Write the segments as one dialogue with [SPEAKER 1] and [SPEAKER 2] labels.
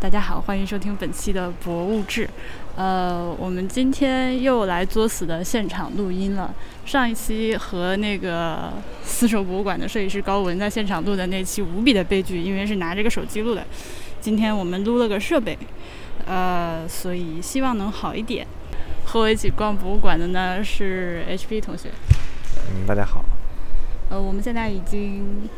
[SPEAKER 1] 大家好，欢迎收听本期的《博物志》。呃，我们今天又来作死的现场录音了。上一期和那个丝绸博物馆的设计师高文在现场录的那期无比的悲剧，因为是拿着个手机录的。今天我们撸了个设备，呃，所以希望能好一点。和我一起逛博物馆的呢是 HP 同学。
[SPEAKER 2] 嗯，大家好。
[SPEAKER 1] 呃，我们现在已经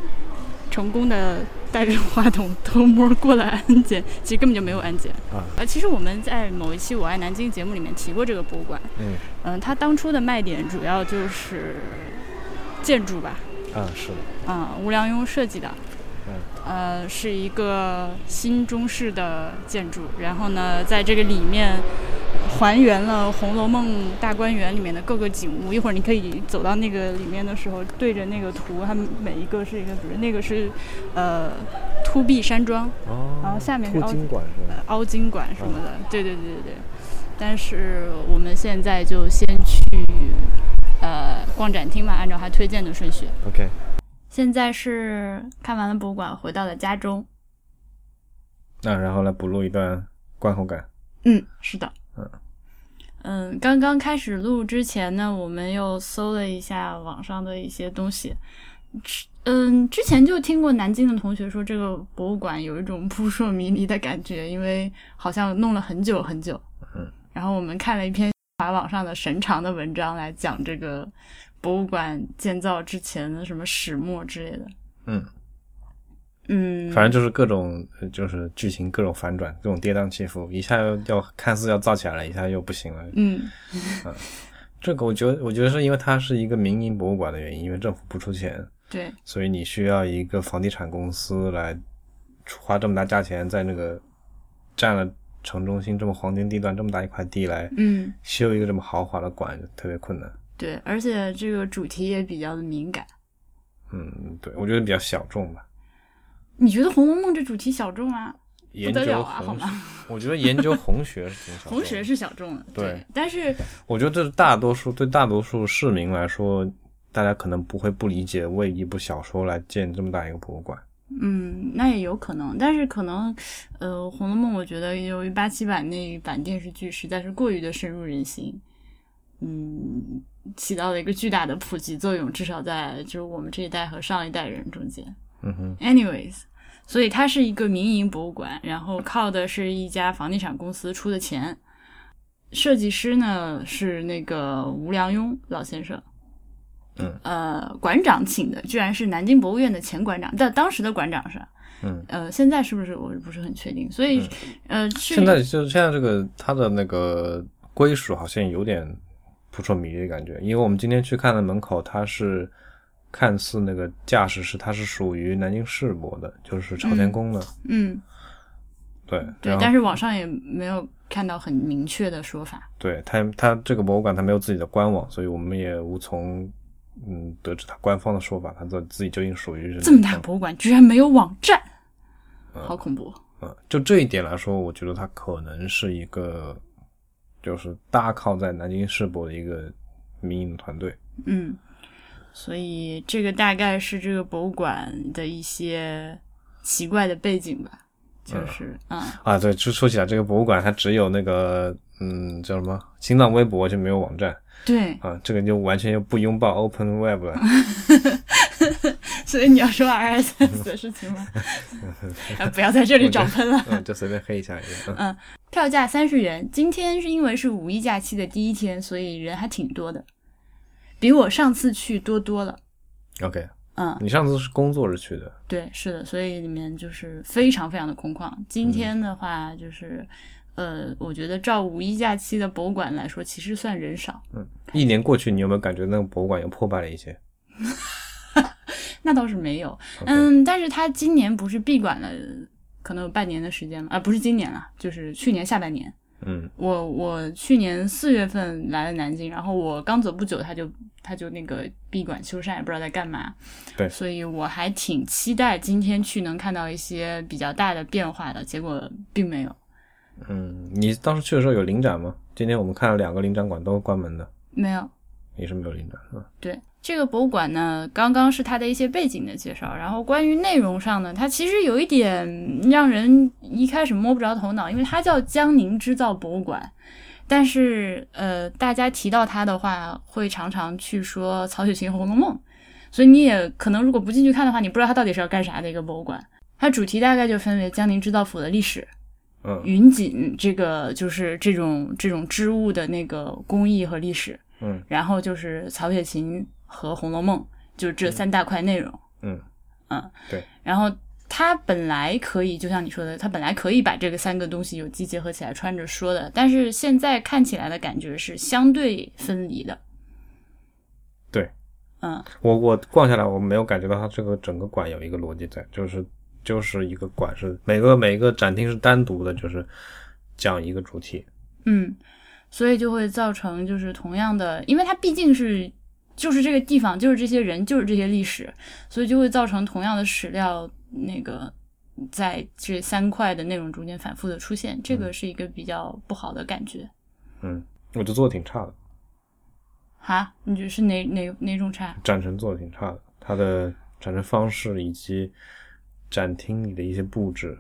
[SPEAKER 1] 成功的带着话筒偷摸过了安检，其实根本就没有安检。
[SPEAKER 2] 啊，
[SPEAKER 1] 呃，其实我们在某一期《我爱南京》节目里面提过这个博物馆。
[SPEAKER 2] 嗯，
[SPEAKER 1] 嗯、它当初的卖点主要就是建筑吧，
[SPEAKER 2] 啊，是的，
[SPEAKER 1] 啊、吴良镛设计的。
[SPEAKER 2] 嗯
[SPEAKER 1] 呃，是一个新中式的建筑，然后呢，在这个里面还原了《红楼梦》大观园里面的各个景物。一会儿你可以走到那个里面的时候，对着那个图，它们每一个是一个，比如那个是呃凸壁山庄，
[SPEAKER 2] 哦
[SPEAKER 1] 然后下面是
[SPEAKER 2] 兔
[SPEAKER 1] 凹
[SPEAKER 2] 金馆是
[SPEAKER 1] 呃
[SPEAKER 2] 吧？
[SPEAKER 1] 凹晶馆什么的，对对对对对。但是我们现在就先去呃逛展厅嘛，按照他推荐的顺序。
[SPEAKER 2] OK，
[SPEAKER 1] 现在是看完了博物馆，回到了家中。
[SPEAKER 2] 那然后来补录一段观后感。
[SPEAKER 1] 嗯，是的。
[SPEAKER 2] 嗯
[SPEAKER 1] 嗯，刚刚开始录之前呢，我们又搜了一下网上的一些东西。之嗯，之前就听过南京的同学说，这个博物馆有一种扑朔迷离的感觉，因为好像弄了很久很久。
[SPEAKER 2] 嗯，
[SPEAKER 1] 然后我们看了一篇法网上的神长的文章来讲这个博物馆建造之前的什么始末之类的。
[SPEAKER 2] 嗯，
[SPEAKER 1] 嗯，
[SPEAKER 2] 反正就是各种，呃就是剧情各种反转，各种跌宕起伏，一下又要看似要造起来了，一下又不行了。
[SPEAKER 1] 嗯
[SPEAKER 2] 这个我觉得，我觉得是因为它是一个民营博物馆的原因，因为政府不出钱，
[SPEAKER 1] 对
[SPEAKER 2] 所以你需要一个房地产公司来花这么大价钱在那个占了城中心这么黄金地段这么大一块地来
[SPEAKER 1] 嗯
[SPEAKER 2] 修一个这么豪华的馆，特别困难。
[SPEAKER 1] 对，而且这个主题也比较的敏感。
[SPEAKER 2] 嗯，对，我觉得比较小众吧。
[SPEAKER 1] 你觉得《红楼梦》这主题小众啊？
[SPEAKER 2] 研
[SPEAKER 1] 得了
[SPEAKER 2] 究
[SPEAKER 1] 啊好
[SPEAKER 2] 红，
[SPEAKER 1] 吗
[SPEAKER 2] 我觉得研究红学是挺小众的
[SPEAKER 1] 红学，是小众的，
[SPEAKER 2] 对
[SPEAKER 1] 但是
[SPEAKER 2] 我觉得这是大多数对大多数市民来说，大家可能不会不理解，为一部小说来建这么大一个博物馆。
[SPEAKER 1] 嗯，那也有可能，但是可能，呃，《红楼梦》我觉得由于八七版那一版电视剧实在是过于的深入人心，嗯，起到了一个巨大的普及作用，至少在就是我们这一代和上一代人中间。
[SPEAKER 2] 嗯哼，
[SPEAKER 1] Anyways，所以它是一个民营博物馆，然后靠的是一家房地产公司出的钱。设计师呢是那个吴良镛老先生，
[SPEAKER 2] 嗯，
[SPEAKER 1] 呃，馆长请的居然是南京博物院的前馆长，但当时的馆长是，
[SPEAKER 2] 嗯，
[SPEAKER 1] 呃，现在是不是我不是很确定？所以，呃，是
[SPEAKER 2] 现在就是现在这个它的那个归属好像有点扑朔迷离的感觉，因为我们今天去看的门口，它是看似那个驾驶室，它是属于南京市博的，就是朝天宫的。
[SPEAKER 1] 嗯，
[SPEAKER 2] 对，
[SPEAKER 1] 对
[SPEAKER 2] 然，后
[SPEAKER 1] 但是网上也没有看到很明确的说法。
[SPEAKER 2] 对它，它这个博物馆它没有自己的官网，所以我们也无从嗯得知它官方的说法，它的自己究竟属于是
[SPEAKER 1] 这么大博物馆居然没有网站，好恐怖。
[SPEAKER 2] 嗯，就这一点来说，我觉得它可能是一个就是搭靠在南京世博的一个民营的团队。
[SPEAKER 1] 嗯，所以这个大概是这个博物馆的一些奇怪的背景吧，就是嗯
[SPEAKER 2] 啊，对，就说起来这个博物馆，它只有那个嗯叫什么新浪微博就没有网站
[SPEAKER 1] 对，
[SPEAKER 2] 啊，这个就完全就不拥抱 Open Web 了。
[SPEAKER 1] 所以你要说 RSS 的事情吗？啊，不要在这里找喷了。
[SPEAKER 2] 嗯，就随便黑 一下也是。嗯
[SPEAKER 1] 票价三十元，今天是因为是五一假期的第一天，所以人还挺多的，比我上次去多多了。
[SPEAKER 2] OK，
[SPEAKER 1] 嗯，
[SPEAKER 2] 你上次是工作日去的，
[SPEAKER 1] 对，是的，所以里面就是非常非常的空旷。
[SPEAKER 2] 嗯
[SPEAKER 1] 今天的话，就是、呃，我觉得照五一假期的博物馆来说，其实算人少。
[SPEAKER 2] 嗯，一年过去，你有没有感觉那个博物馆又破败了一些？
[SPEAKER 1] 那倒是没有
[SPEAKER 2] OK
[SPEAKER 1] 嗯，但是他今年不是闭馆了，可能有半年的时间嘛，啊，不是今年了，就是去年下半年。
[SPEAKER 2] 嗯
[SPEAKER 1] 我我去年四月份来了南京，然后我刚走不久，他就他就那个闭馆修缮，也不知道在干嘛。
[SPEAKER 2] 对
[SPEAKER 1] 所以我还挺期待今天去能看到一些比较大的变化的，结果并没有，
[SPEAKER 2] 嗯，你当时去的时候有领展吗？今天我们看了两个领展馆都关门的，
[SPEAKER 1] 没有。
[SPEAKER 2] 也是没有领展。嗯
[SPEAKER 1] 对，这个博物馆呢，刚刚是它的一些背景的介绍，然后关于内容上呢，它其实有一点让人一开始摸不着头脑，因为它叫江宁织造博物馆，但是呃，大家提到它的话，会常常去说曹雪芹《红楼梦》，所以你也可能如果不进去看的话，你不知道它到底是要干啥的一个博物馆。它主题大概就分为江宁织造府的历史、
[SPEAKER 2] 嗯
[SPEAKER 1] 云锦这个就是这种这种织物的那个工艺和历史，
[SPEAKER 2] 嗯，
[SPEAKER 1] 然后就是曹雪芹和《红楼梦》，就是这三大块内容。
[SPEAKER 2] 嗯
[SPEAKER 1] 嗯，
[SPEAKER 2] 对。
[SPEAKER 1] 然后他本来可以，就像你说的，他本来可以把这个三个东西有机结合起来穿着说的，但是现在看起来的感觉是相对分离的。
[SPEAKER 2] 对，
[SPEAKER 1] 嗯，
[SPEAKER 2] 我我逛下来，我没有感觉到它这个整个馆有一个逻辑在，就是就是一个馆是每个每个展厅是单独的，就是讲一个主题。
[SPEAKER 1] 嗯，所以就会造成就是同样的，因为它毕竟是就是这个地方，就是这些人，就是这些历史，所以就会造成同样的史料那个在这三块的内容中间反复的出现，这个是一个比较不好的感觉。
[SPEAKER 2] 嗯，我觉得做的挺差的，
[SPEAKER 1] 哈，你觉得是哪哪哪种差？
[SPEAKER 2] 展陈做的挺差的，它的展陈方式以及展厅里的一些布置。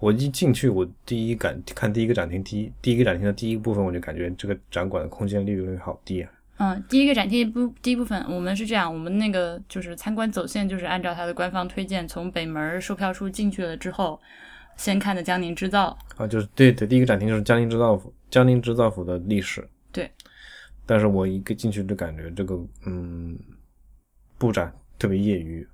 [SPEAKER 2] 我一进去，我第一感看第一个展厅，第一第一个展厅的第一个部分，我就感觉这个展馆的空间利用率好低啊。
[SPEAKER 1] 嗯，第一个展厅部第一部分，我们是这样，我们那个就是参观走线，就是按照它的官方推荐，从北门售票处进去了之后，先看的江宁织造，
[SPEAKER 2] 啊，就是对对，第一个展厅就是江宁织造府，江宁织造府的历史。
[SPEAKER 1] 对，
[SPEAKER 2] 但是我一个进去就感觉这个嗯，布展特别业余。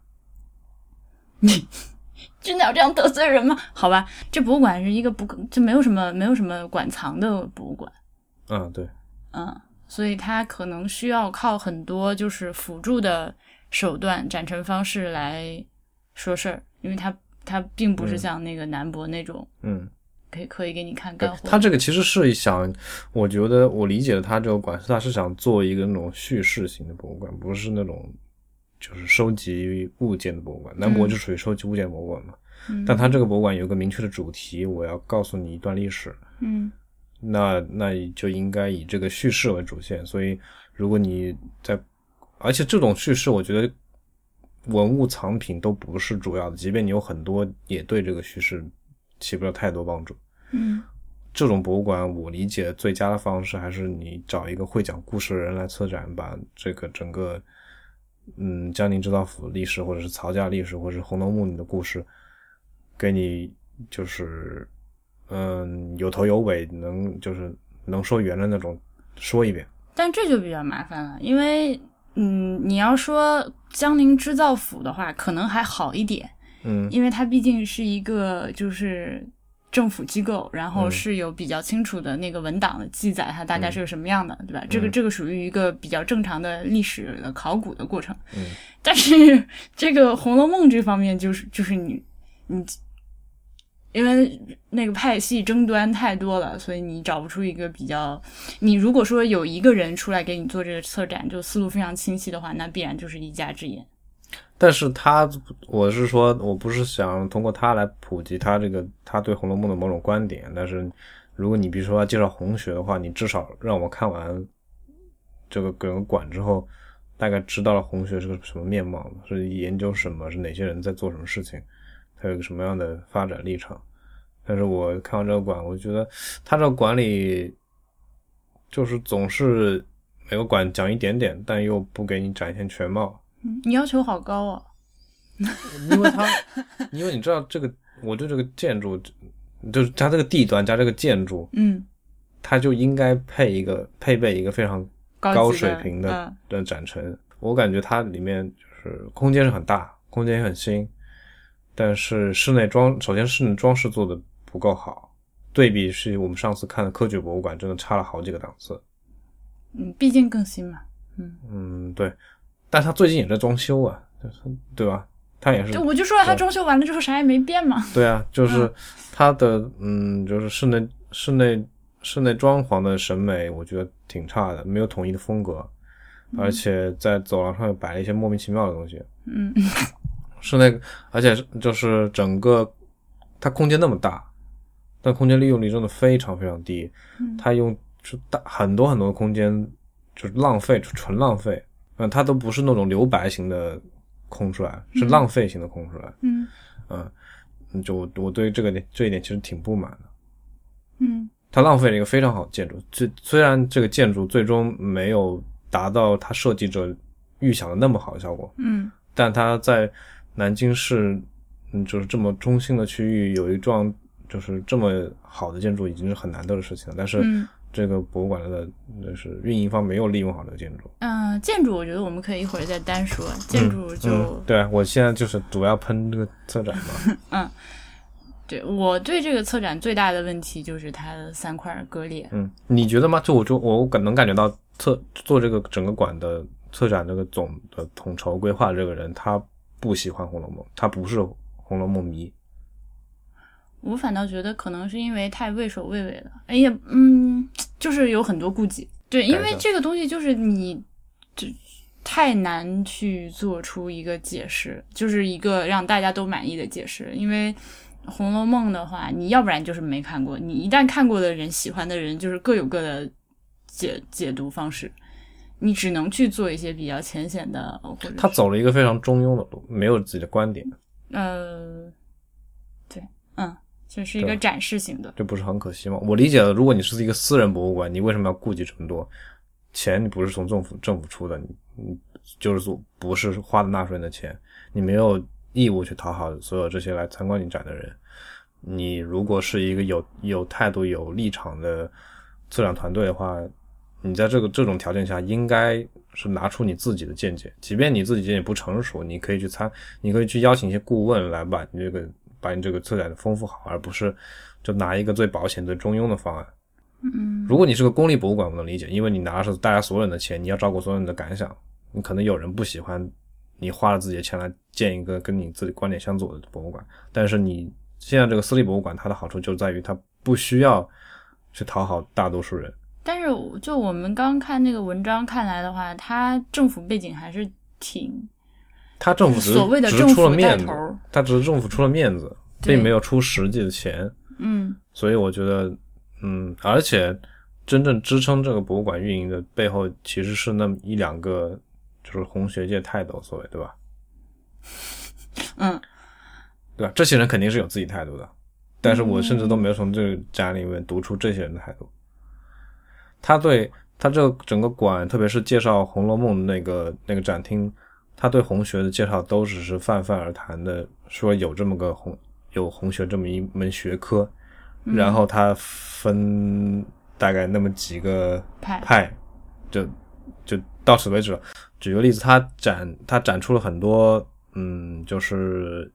[SPEAKER 1] 真的要这样得罪人吗？ 好吧，这博物馆是一个不就没有什么没有什么馆藏的博物馆，
[SPEAKER 2] 嗯，对，
[SPEAKER 1] 嗯，所以它可能需要靠很多就是辅助的手段、展陈方式来说事儿，因为它它并不是像那个南博那种、
[SPEAKER 2] 嗯，
[SPEAKER 1] 可以可以给你看
[SPEAKER 2] 对
[SPEAKER 1] 干，货。
[SPEAKER 2] 他这个其实是想，我觉得我理解的他这个馆是他是想做一个那种叙事型的博物馆，不是那种就是收集物件的博物馆。南博就属于收集物件博物馆嘛，
[SPEAKER 1] 嗯
[SPEAKER 2] 但他这个博物馆有一个明确的主题，我要告诉你一段历史。
[SPEAKER 1] 嗯
[SPEAKER 2] 那那就应该以这个叙事为主线。所以，如果你在，而且这种叙事，我觉得文物藏品都不是主要的，即便你有很多，也对这个叙事起不了太多帮助。
[SPEAKER 1] 嗯
[SPEAKER 2] 这种博物馆，我理解最佳的方式还是你找一个会讲故事的人来策展，把这个整个，嗯，江宁织造府的历史，或者是曹家历史，或者是《红楼梦》里的故事，给你就是，嗯，有头有尾，能就是能说圆的那种说一遍。
[SPEAKER 1] 但这就比较麻烦了，因为嗯，你要说江宁织造府的话，可能还好一点，
[SPEAKER 2] 嗯
[SPEAKER 1] 因为它毕竟是一个就是政府机构，然后
[SPEAKER 2] 嗯
[SPEAKER 1] 是有比较清楚的那个文档的记载，它大概是个什么样的，对吧？这个
[SPEAKER 2] 嗯
[SPEAKER 1] 这个属于一个比较正常的历史的考古的过程。
[SPEAKER 2] 嗯
[SPEAKER 1] 但是这个《红楼梦》这方面，就是就是你你。因为那个派系争端太多了，所以你找不出一个比较。你如果说有一个人出来给你做这个策展，就思路非常清晰的话，那必然就是一家之言。
[SPEAKER 2] 但是他，我是说，我不是想通过他来普及他这个他对《红楼梦》的某种观点。但是，如果你比如说要介绍红学的话，你至少让我看完这个整个馆之后，大概知道了红学是个什么面貌，是研究什么，是哪些人在做什么事情，他有个什么样的发展立场。但是我看完这个馆，我觉得他这个馆里就是总是每个馆讲一点点，但又不给你展现全貌。
[SPEAKER 1] 嗯你要求好高哦。
[SPEAKER 2] 因为它，因为你知道这个，我对这个建筑，就是它这个地段加这个建筑，
[SPEAKER 1] 嗯，
[SPEAKER 2] 它就应该配一个配备一个非常
[SPEAKER 1] 高级的
[SPEAKER 2] 高水平的
[SPEAKER 1] 嗯
[SPEAKER 2] 的展陈。我感觉它里面就是空间是很大，空间也很新，但是室内装首先室内装饰做的不够好，对比是我们上次看的科举博物馆，真的差了好几个档次。
[SPEAKER 1] 嗯，毕竟更新嘛。
[SPEAKER 2] 嗯，对，但它最近也在装修啊，就是对吧？它也是
[SPEAKER 1] 就我就说它装修完了之后啥也没变嘛。
[SPEAKER 2] 对啊，就是它的嗯，就是室内室内室内装潢的审美，我觉得挺差的，没有统一的风格，而且在走廊上又摆了一些莫名其妙的东西。
[SPEAKER 1] 嗯，
[SPEAKER 2] 室内，而且是就是整个它空间那么大，但空间利用率真的非常非常低。它用就大很多很多的空间，就是浪费，就纯浪费。嗯，它都不是那种留白型的空出来，是浪费型的空出来。
[SPEAKER 1] 嗯
[SPEAKER 2] 嗯，嗯就我我对这个这一点其实挺不满的。
[SPEAKER 1] 嗯
[SPEAKER 2] 它浪费了一个非常好的建筑，虽虽然这个建筑最终没有达到它设计者预想的那么好的效果，
[SPEAKER 1] 嗯
[SPEAKER 2] 但它在南京市，嗯，就是这么中心的区域有一幢就是这么好的建筑已经是很难得的事情了。但是
[SPEAKER 1] 嗯
[SPEAKER 2] 这个博物馆的就是运营方没有利用好这个建筑。
[SPEAKER 1] 嗯、呃建筑我觉得我们可以一会儿再单说，建筑就、
[SPEAKER 2] 嗯、对啊，我现在就是主要喷这个策展嘛。
[SPEAKER 1] 对我对这个策展最大的问题就是它的三块割裂。
[SPEAKER 2] 嗯，你觉得吗？就我就我感能感觉到策做这个整个馆的策展这个总的统筹规划这个人，他不喜欢《红楼梦》，他不是《红楼梦》迷。
[SPEAKER 1] 我反倒觉得可能是因为太畏首畏尾了，哎呀，嗯，就是有很多顾忌。对，因为这个东西就是你这太难去做出一个解释，就是一个让大家都满意的解释。因为《红楼梦》的话，你要不然就是没看过，你一旦看过的人、喜欢的人，就是各有各的解解读方式，你只能去做一些比较浅显的，或者是
[SPEAKER 2] 他走了一个非常中庸的路，没有自己的观点，
[SPEAKER 1] 呃，对，嗯，就是一个
[SPEAKER 2] 对
[SPEAKER 1] 展示型的。
[SPEAKER 2] 这不是很可惜吗？我理解了，如果你是一个私人博物馆，你为什么要顾忌这么多？钱你不是从政府政府出的，你你就是说不是花的纳税人的钱，你没有义务去讨好所有这些来参观你展的人。你如果是一个有有态度、有立场的策展团队的话，你在这个这种条件下，应该是拿出你自己的见解，即便你自己见解不成熟，你可以去参，你可以去邀请一些顾问来把你这个把你这个策展丰富好，而不是就拿一个最保险、最中庸的方案。
[SPEAKER 1] 嗯，
[SPEAKER 2] 如果你是个公立博物馆，我能理解，因为你拿的是大家所有人的钱，你要照顾所有人的感想，你可能有人不喜欢你花了自己的钱来建一个跟你自己观点相左的博物馆，但是你现在这个私立博物馆，它的好处就在于它不需要去讨好大多数人。
[SPEAKER 1] 但是我就我们刚看那个文章看来的话，它政府背景还是挺
[SPEAKER 2] 他政府只是
[SPEAKER 1] 所谓的
[SPEAKER 2] 只
[SPEAKER 1] 政
[SPEAKER 2] 是出
[SPEAKER 1] 府
[SPEAKER 2] 了
[SPEAKER 1] 带
[SPEAKER 2] 面子
[SPEAKER 1] 头，儿，
[SPEAKER 2] 他只是政府出了面子，
[SPEAKER 1] 对
[SPEAKER 2] 并没有出实际的钱，
[SPEAKER 1] 嗯
[SPEAKER 2] 所以我觉得，嗯，而且真正支撑这个博物馆运营的背后，其实是那么一两个，就是红学界泰斗，所谓对吧？
[SPEAKER 1] 嗯
[SPEAKER 2] 对吧？这些人肯定是有自己态度的，但是我甚至都没有从这个展里面读出这些人的态度。他对他这个整个馆，特别是介绍《红楼梦》那个那个展厅，他对红学的介绍都只是泛泛而谈的，说有这么个红有红学这么一门学科，然后他分大概那么几个
[SPEAKER 1] 派
[SPEAKER 2] 派，就就到此为止了。举个例子，他展他展出了很多，嗯，就是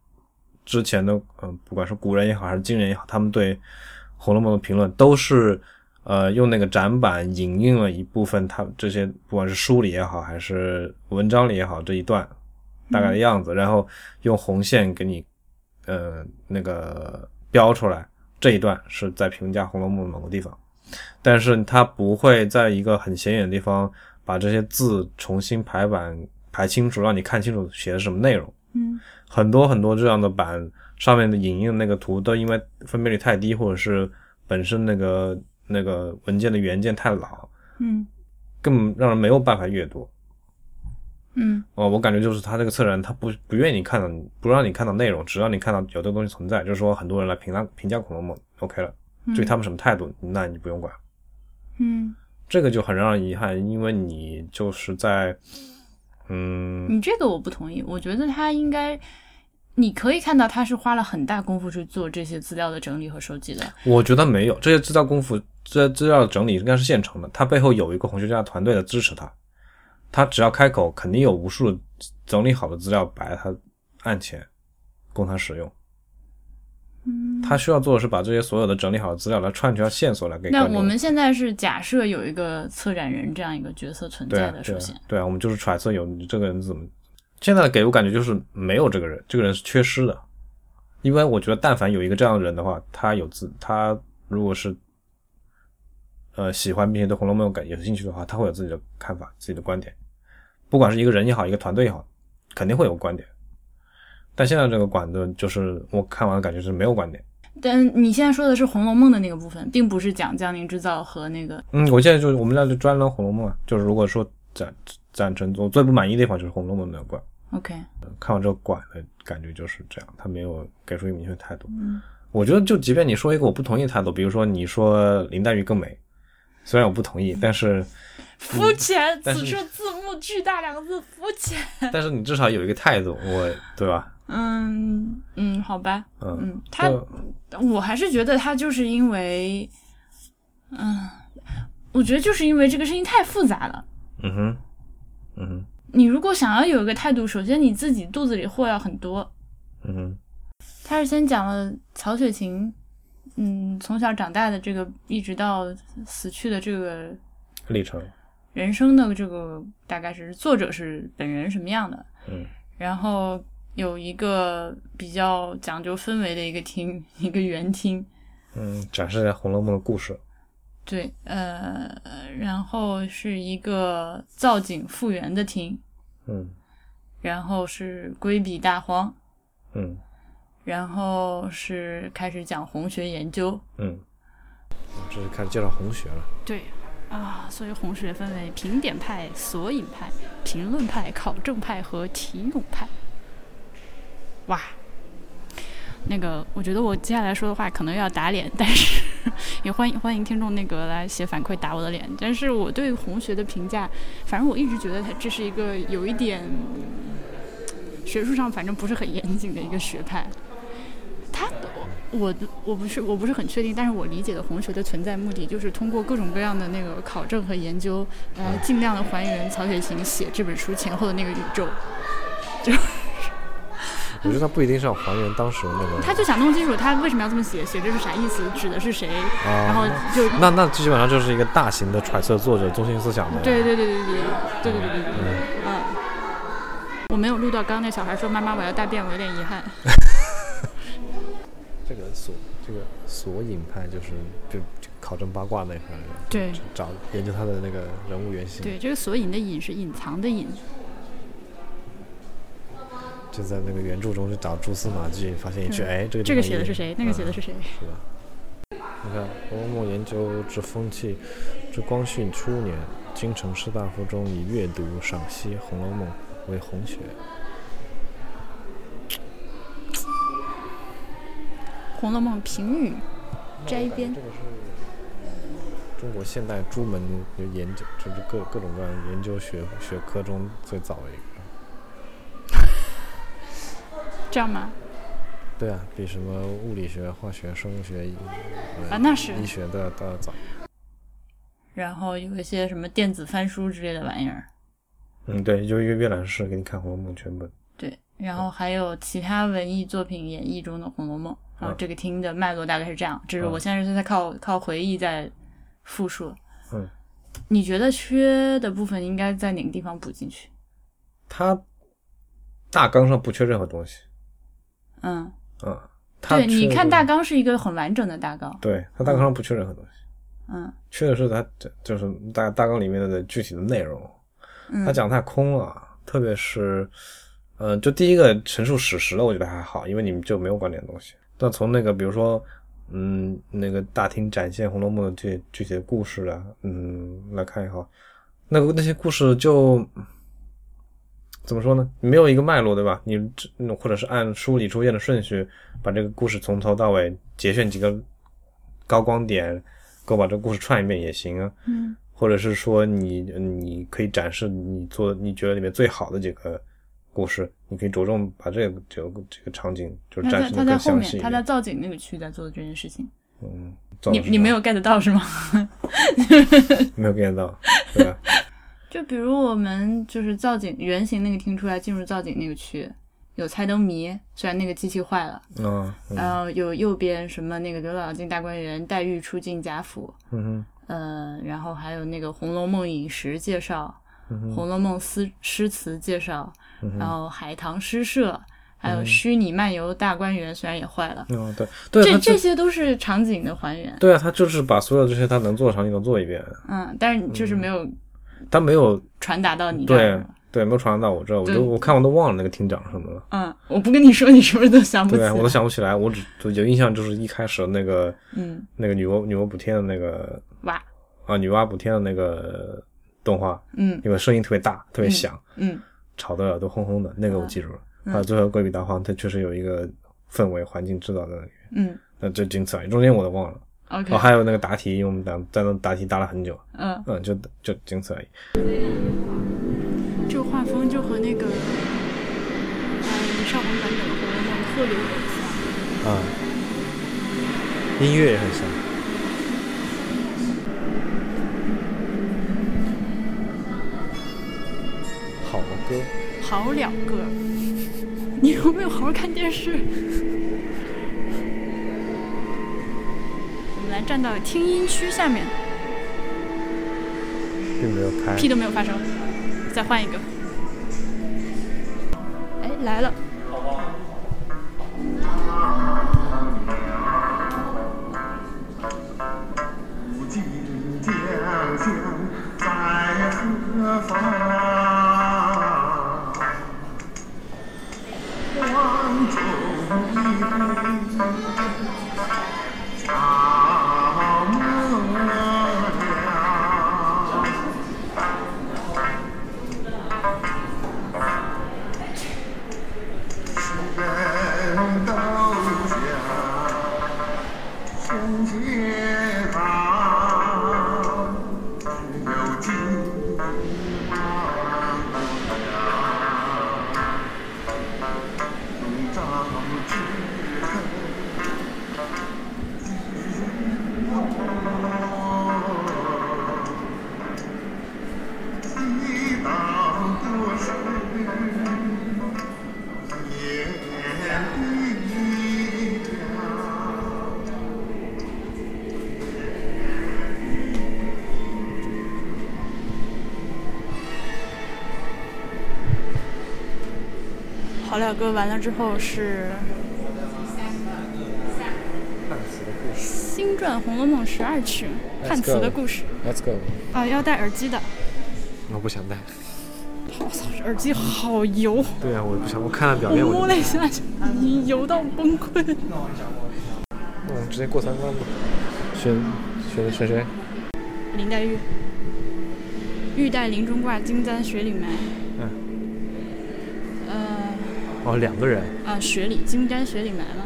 [SPEAKER 2] 之前的，嗯、不管是古人也好，还是今人也好，他们对《红楼梦》的评论都是，呃，用那个展板引用了一部分他这些，不管是书里也好，还是文章里也好，这一段大概的样子，然后用红线给你，呃，那个标出来，这一段是在评价《红楼梦》某个地方。但是它不会在一个很显眼的地方把这些字重新排版排清楚，让你看清楚写的是什么内容。
[SPEAKER 1] 嗯
[SPEAKER 2] 很多很多这样的版上面的影印的那个图都因为分辨率太低，或者是本身那个那个文件的原件太老，
[SPEAKER 1] 嗯
[SPEAKER 2] 根本让人没有办法阅读。
[SPEAKER 1] 嗯
[SPEAKER 2] 哦，我感觉就是他这个策展，他不不愿意看到，不让你看到内容，只让你看到有这个东西存在。就是说，很多人来评价评价《红楼梦》，OK 了，
[SPEAKER 1] 嗯
[SPEAKER 2] 至于他们什么态度，那你不用管。
[SPEAKER 1] 嗯，
[SPEAKER 2] 这个就很让人遗憾，因为你就是在，嗯，
[SPEAKER 1] 你这个我不同意，我觉得他应该。你可以看到，他是花了很大功夫去做这些资料的整理和收集的。
[SPEAKER 2] 我觉得没有这些资料功夫，这资料整理应该是现成的，它背后有一个红学家团队的支持他，他只要开口，肯定有无数整理好的资料摆在他案前，供他使用。
[SPEAKER 1] 嗯，
[SPEAKER 2] 他需要做的是把这些所有的整理好的资料来串条线索来给
[SPEAKER 1] 那
[SPEAKER 2] 观众。
[SPEAKER 1] 我们现在是假设有一个策展人这样一个角色存
[SPEAKER 2] 对
[SPEAKER 1] 在
[SPEAKER 2] 啊，
[SPEAKER 1] 的，
[SPEAKER 2] 对
[SPEAKER 1] 首
[SPEAKER 2] 啊
[SPEAKER 1] 先，，
[SPEAKER 2] 对啊，我们就是揣测有这个人怎么。现在给我感觉就是没有这个人，这个人是缺失的，因为我觉得但凡有一个这样的人的话，他有自他如果是呃喜欢并且对《红楼梦》感有兴趣的话，他会有自己的看法、自己的观点，不管是一个人也好，一个团队也好，肯定会有观点。但现在这个馆子就是我看完的感觉是没有观点。
[SPEAKER 1] 但你现在说的是《红楼梦》的那个部分，并不是讲江宁织造和那个
[SPEAKER 2] 嗯，我现在就是我们俩就专聊《红楼梦》啊，就是如果说展赞成。我最不满意的地方就是《红楼梦》那个馆，
[SPEAKER 1] OK，
[SPEAKER 2] 看完这个馆的感觉就是这样，他没有给出一个明确态度。
[SPEAKER 1] 嗯
[SPEAKER 2] 我觉得，就即便你说一个我不同意的态度，比如说你说林黛玉更美，虽然我不同意，但是
[SPEAKER 1] 肤浅。
[SPEAKER 2] 但是
[SPEAKER 1] 此处字幕巨大两个字，肤浅。
[SPEAKER 2] 但是你至少有一个态度，我对吧？
[SPEAKER 1] 嗯嗯，好吧，
[SPEAKER 2] 嗯，
[SPEAKER 1] 嗯，他
[SPEAKER 2] 就
[SPEAKER 1] 我还是觉得他就是因为，嗯，我觉得就是因为这个事情太复杂了。
[SPEAKER 2] 嗯哼，嗯哼，
[SPEAKER 1] 你如果想要有一个态度，首先你自己肚子里货要很多。
[SPEAKER 2] 嗯哼，
[SPEAKER 1] 他是先讲了曹雪芹，嗯，从小长大的这个，一直到死去的这个
[SPEAKER 2] 历程，
[SPEAKER 1] 人生的这个大概是作者是本人什么样的，
[SPEAKER 2] 嗯，
[SPEAKER 1] 然后有一个比较讲究氛围的一个厅， 一个圆厅，
[SPEAKER 2] 嗯，展示一下《红楼梦》的故事，
[SPEAKER 1] 对，呃，然后是一个造景复原的厅，
[SPEAKER 2] 嗯
[SPEAKER 1] 然后是规避大荒，
[SPEAKER 2] 嗯
[SPEAKER 1] 然后是开始讲红学研究，
[SPEAKER 2] 嗯，我这是开始介绍红学了。
[SPEAKER 3] 对啊，所以红学分为评点派、索引派、评论派、考证派和题咏派。哇，那个我觉得我接下来说的话可能又要打脸，但是 也欢迎欢迎听众那个来写反馈打我的脸。但是我对红学的评价，反正我一直觉得它这是一个有一点学术上反正不是很严谨的一个学派。它我的我不是我不是很确定，但是我理解的红学的存在目的就是通过各种各样的那个考证和研究，来尽量的还原曹雪芹写这本书前后的那个宇宙。
[SPEAKER 2] 我觉得他不一定是要还原当时的那个，
[SPEAKER 3] 他就想弄清楚他为什么要这么写，写这是啥意思，指的是谁，
[SPEAKER 2] 啊
[SPEAKER 3] 然后就
[SPEAKER 2] 那那基本上就是一个大型的揣测作者中心思想的。
[SPEAKER 3] 对对对对对对对对对对，嗯。我没有录到刚刚那小孩说妈妈我要大便，我有点遗憾。
[SPEAKER 2] 这个索这个索引派就是就就考证八卦那一块的，
[SPEAKER 3] 对
[SPEAKER 2] 找研究他的那个人物原型，
[SPEAKER 3] 对，这个索引的引是隐藏的隐，
[SPEAKER 2] 就在那个原著中去找蛛丝马迹，发现一句，
[SPEAKER 3] 对
[SPEAKER 2] 哎，这个地
[SPEAKER 3] 嗯这个
[SPEAKER 2] 方
[SPEAKER 3] 写的
[SPEAKER 2] 也
[SPEAKER 3] 是谁，那个写的是谁。
[SPEAKER 2] 嗯是吧？你看《红楼梦》研究之风气，至光绪初年，京城士大夫中以阅读、赏析《红楼梦》为红学。
[SPEAKER 3] 《红楼梦》评语摘编
[SPEAKER 2] 这个是中国现代朱门就研究，就是各各种各样的研究学学科中最早的一个。
[SPEAKER 3] 这样吗？
[SPEAKER 2] 对啊，比什么物理学、化学、生物学、
[SPEAKER 3] 啊，那是
[SPEAKER 2] 医学都要都要早。
[SPEAKER 1] 然后有一些什么电子翻书之类的玩意儿，
[SPEAKER 2] 嗯，对，就一个阅览室给你看《红楼梦》全本。
[SPEAKER 1] 对，然
[SPEAKER 2] 嗯
[SPEAKER 1] 后还有其他文艺作品演绎中的《红楼梦》，然
[SPEAKER 2] 嗯
[SPEAKER 1] 后这个厅的脉络大概是这样，这是我现在是在靠靠回忆在复述。
[SPEAKER 2] 嗯，
[SPEAKER 1] 你觉得缺的部分应该在哪个地方补进去？
[SPEAKER 2] 它大纲上不缺任何东西。
[SPEAKER 1] 嗯，
[SPEAKER 2] 嗯，它
[SPEAKER 1] 对，你
[SPEAKER 2] 缺
[SPEAKER 1] 看
[SPEAKER 2] 的
[SPEAKER 1] 大，纲是一个很完整的大纲，
[SPEAKER 2] 对，它大纲上不缺任何东西，
[SPEAKER 1] 嗯
[SPEAKER 2] 缺的是它这就是大大纲里面的具体的内容。
[SPEAKER 1] 嗯，
[SPEAKER 2] 他讲太空了，特别是，呃，就第一个陈述史实的，我觉得还好，因为你们就没有观点的东西。但从那个，比如说，嗯，那个大厅展现《红楼梦》的这具体的故事啊，嗯，来看也好，那个那些故事就怎么说呢？没有一个脉络，对吧？你这或者是按书里出现的顺序，把这个故事从头到尾节选几个高光点，够把这个故事串一遍也行啊。
[SPEAKER 1] 嗯
[SPEAKER 2] 或者是说你你可以展示你做你觉得里面最好的几个故事，你可以着重把这个这个这个场景就是
[SPEAKER 1] 他
[SPEAKER 2] 展
[SPEAKER 1] 在嗯
[SPEAKER 2] 示
[SPEAKER 1] 他在
[SPEAKER 2] 的更
[SPEAKER 1] 后
[SPEAKER 2] 详细一
[SPEAKER 1] 面，他在
[SPEAKER 2] 点。
[SPEAKER 1] 造景那个区在做这件事情，
[SPEAKER 2] 嗯，
[SPEAKER 1] 你
[SPEAKER 2] 造
[SPEAKER 1] 你
[SPEAKER 2] 成
[SPEAKER 1] 没有 get 到是吗？
[SPEAKER 2] 没有 get 到，对吧？
[SPEAKER 1] 就比如我们就是造景圆形那个厅出来，进入造景那个区，有猜灯谜，虽然那个机器坏了，
[SPEAKER 2] 嗯嗯
[SPEAKER 1] 然后有右边什么那个刘姥姥进大观园，黛玉出进贾府，
[SPEAKER 2] 嗯
[SPEAKER 1] 呃，然后还有那个《红楼梦》饮食介绍，
[SPEAKER 2] 嗯
[SPEAKER 1] 《
[SPEAKER 2] 哼
[SPEAKER 1] 红楼梦》诗诗词介绍，
[SPEAKER 2] 嗯哼
[SPEAKER 1] 然后海棠诗社，还有
[SPEAKER 2] 嗯
[SPEAKER 1] 虚拟漫游大观园，虽然也坏了，
[SPEAKER 2] 嗯，对对，
[SPEAKER 1] 这
[SPEAKER 2] 他
[SPEAKER 1] 这
[SPEAKER 2] 就
[SPEAKER 1] 些都是场景的还原，
[SPEAKER 2] 对啊，他就是把所有这些他能做的场景都做一遍，
[SPEAKER 1] 嗯，但是就是没有
[SPEAKER 2] 他没有
[SPEAKER 1] 传达到你这
[SPEAKER 2] 对
[SPEAKER 1] 儿。
[SPEAKER 2] 对没有传达到我这儿，我
[SPEAKER 1] 对
[SPEAKER 2] 都我看我都忘了那个厅长什么了，
[SPEAKER 1] 嗯，我不跟你说，你是不是都想不起
[SPEAKER 2] 对
[SPEAKER 1] 来？
[SPEAKER 2] 啊，我都想不起来，我只就有印象就是一开始那个
[SPEAKER 1] 嗯，
[SPEAKER 2] 那个女娲女娲补天的那个
[SPEAKER 1] 哇，
[SPEAKER 2] 啊，女娲补天的那个动画，
[SPEAKER 1] 嗯
[SPEAKER 2] 因为声音特别大，特别响，
[SPEAKER 1] 嗯
[SPEAKER 2] 吵得耳朵轰轰的，那个我记住了。
[SPEAKER 1] 嗯
[SPEAKER 2] 还有最后《鬼笔大荒》，它确实有一个氛围环境制造在那里面，
[SPEAKER 1] 嗯
[SPEAKER 2] 那这仅此而已。中间我都忘了。
[SPEAKER 1] ，OK，
[SPEAKER 2] 哦，还有那个答题，我们打在那答题答了很久，
[SPEAKER 1] 嗯，
[SPEAKER 2] 嗯，就就仅此而已。
[SPEAKER 3] 这个画风就和那个嗯少红版本和那个鹤流有点像。
[SPEAKER 2] 啊，音乐也很像。好的歌，
[SPEAKER 3] 好了个，你有没有好好看电视？我们来站到听音区下面，
[SPEAKER 2] 并没有开。
[SPEAKER 3] 屁都没有发生。再换一个。哎，来了。
[SPEAKER 4] 不尽家乡在何方？关中一杯茶莫凉。世人都讲。红结郎，只有金榜不扬。龙章之恨，几人多？激荡多时，眼闭上。
[SPEAKER 3] 好了个完了之后是新传《红楼梦》十二曲，汉词的故事
[SPEAKER 2] Let's go。
[SPEAKER 3] 啊，要戴耳机的。
[SPEAKER 2] 我不想带。
[SPEAKER 3] 我操，这耳机好油！
[SPEAKER 2] 对啊，我不想。我看了表
[SPEAKER 3] 我
[SPEAKER 2] 面，我
[SPEAKER 3] 摸
[SPEAKER 2] 就
[SPEAKER 3] 了一下，就油到崩溃。
[SPEAKER 2] 嗯直接过三关吧。选选选谁？
[SPEAKER 3] 林黛玉，玉带林中挂，金簪雪里埋。
[SPEAKER 2] 嗯。
[SPEAKER 3] 呃，
[SPEAKER 2] 哦，两个人，
[SPEAKER 3] 啊，雪里金簪雪里埋嘛，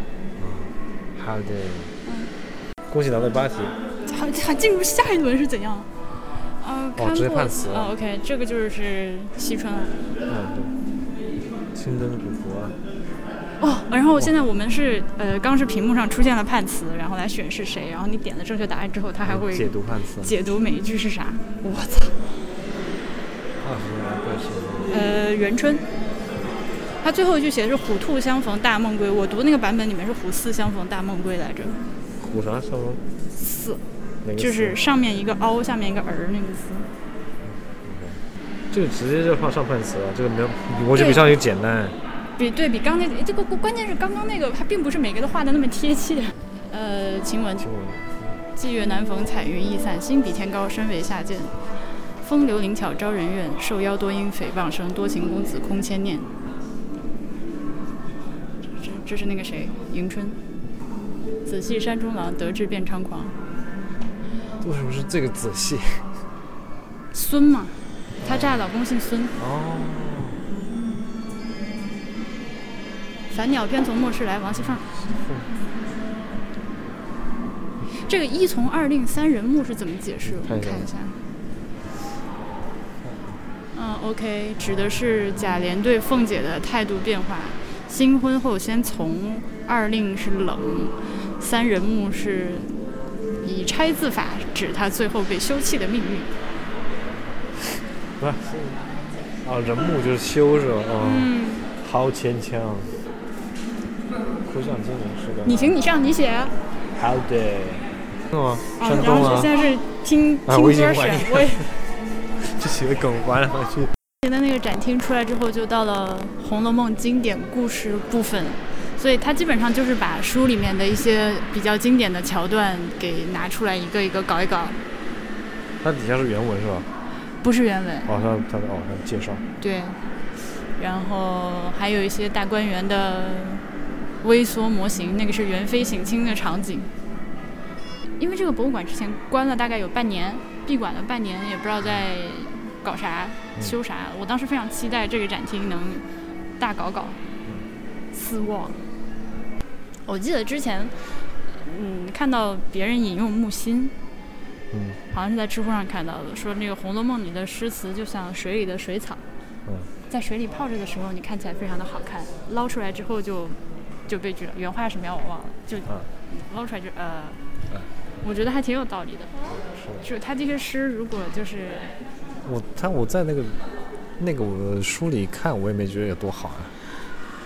[SPEAKER 2] 还有的。嗯恭喜答对八题。
[SPEAKER 3] 还还进入下一轮是怎样？啊，看
[SPEAKER 2] 哦直接
[SPEAKER 3] 过
[SPEAKER 2] 判死
[SPEAKER 3] 啊
[SPEAKER 2] 了
[SPEAKER 3] OK，这个就是惜春了。
[SPEAKER 2] 嗯，对。青灯古佛啊。
[SPEAKER 3] 哦，然后现在我们是呃，刚是屏幕上出现了判词，然后来选是谁，然后你点了正确答案之后，它还会
[SPEAKER 2] 解读判词。啊
[SPEAKER 3] 解读每一句是啥。我操！
[SPEAKER 2] 二十年啊来怪谁？
[SPEAKER 3] 呃，元春。他最后一句写的是“虎兔相逢大梦归”，我读那个版本里面是“虎四相逢大梦归”来着，
[SPEAKER 2] 虎啥什么？
[SPEAKER 3] 四
[SPEAKER 2] 哪个词？
[SPEAKER 3] 就是上面一个凹，下面一个儿那个字。
[SPEAKER 2] 这个直接就放上判词了，啊这个没有，我觉得比上一个简单。
[SPEAKER 3] 比对比刚那这个关键是刚刚那个，它并不是每个都画的那么贴切。呃，晴雯
[SPEAKER 2] 听我。
[SPEAKER 3] 霁月难逢彩云易散，心比天高，身为下贱。风流灵巧招人怨，受邀多因诽谤声，多情公子空牵念。这这是那个谁，迎春。子系山中郎，得志便猖狂。
[SPEAKER 2] 为什么是这个仔细？
[SPEAKER 3] 孙嘛，她嫁的老公姓孙。
[SPEAKER 2] 哦，
[SPEAKER 3] 凡鸟偏从末世来，王熙凤。这个一从二令三人木是怎么解释？我
[SPEAKER 2] 看
[SPEAKER 3] 们
[SPEAKER 2] 一下
[SPEAKER 3] 看一下。嗯，OK，指的是贾琏对凤姐的态度变化。新婚后先从二令是冷，三人木是以拆字法指他最后被休弃的命运。
[SPEAKER 2] 不是，哦，人木就是修是吧？哦，
[SPEAKER 3] 嗯
[SPEAKER 2] 好牵强。苦想今年是个。
[SPEAKER 3] 你行，你上，你写啊。
[SPEAKER 2] 好的。真的吗？
[SPEAKER 3] 啊
[SPEAKER 2] 山
[SPEAKER 3] 然
[SPEAKER 2] 东
[SPEAKER 3] 后是
[SPEAKER 2] 啊，
[SPEAKER 3] 现在是听
[SPEAKER 2] 啊
[SPEAKER 3] 听
[SPEAKER 2] 我已经
[SPEAKER 3] 歌
[SPEAKER 2] 怀
[SPEAKER 3] 选
[SPEAKER 2] 念，
[SPEAKER 3] 我也。
[SPEAKER 2] 这几个梗玩来玩去。
[SPEAKER 3] 现在那个展厅出来之后，就到了《红楼梦》经典故事部分，所以它基本上就是把书里面的一些比较经典的桥段给拿出来一个一个搞一搞，
[SPEAKER 2] 它底下是原文是吧？
[SPEAKER 3] 不是原文，
[SPEAKER 2] 哦，它它哦，它介绍。
[SPEAKER 3] 对。然后还有一些大观园的微缩模型，那个是元妃省亲的场景。因为这个博物馆之前关了大概有半年，闭馆了半年，也不知道在搞啥、修啥。我当时非常期待这个展厅能大搞搞。私望，我记得之前，嗯，看到别人引用木心，
[SPEAKER 2] 嗯，
[SPEAKER 3] 好像是在知乎上看到的，说那个《红楼梦》里的诗词就像水里的水草，
[SPEAKER 2] 嗯，
[SPEAKER 3] 在水里泡着的时候，你看起来非常的好看，捞出来之后就就被拒了。原话什么样我忘了，就、
[SPEAKER 2] 啊
[SPEAKER 3] 捞出来就呃
[SPEAKER 2] 啊，
[SPEAKER 3] 我觉得还挺有道理的。就他这些诗，如果就是
[SPEAKER 2] 我他我在那个那个我书里看，我也没觉得有多好啊。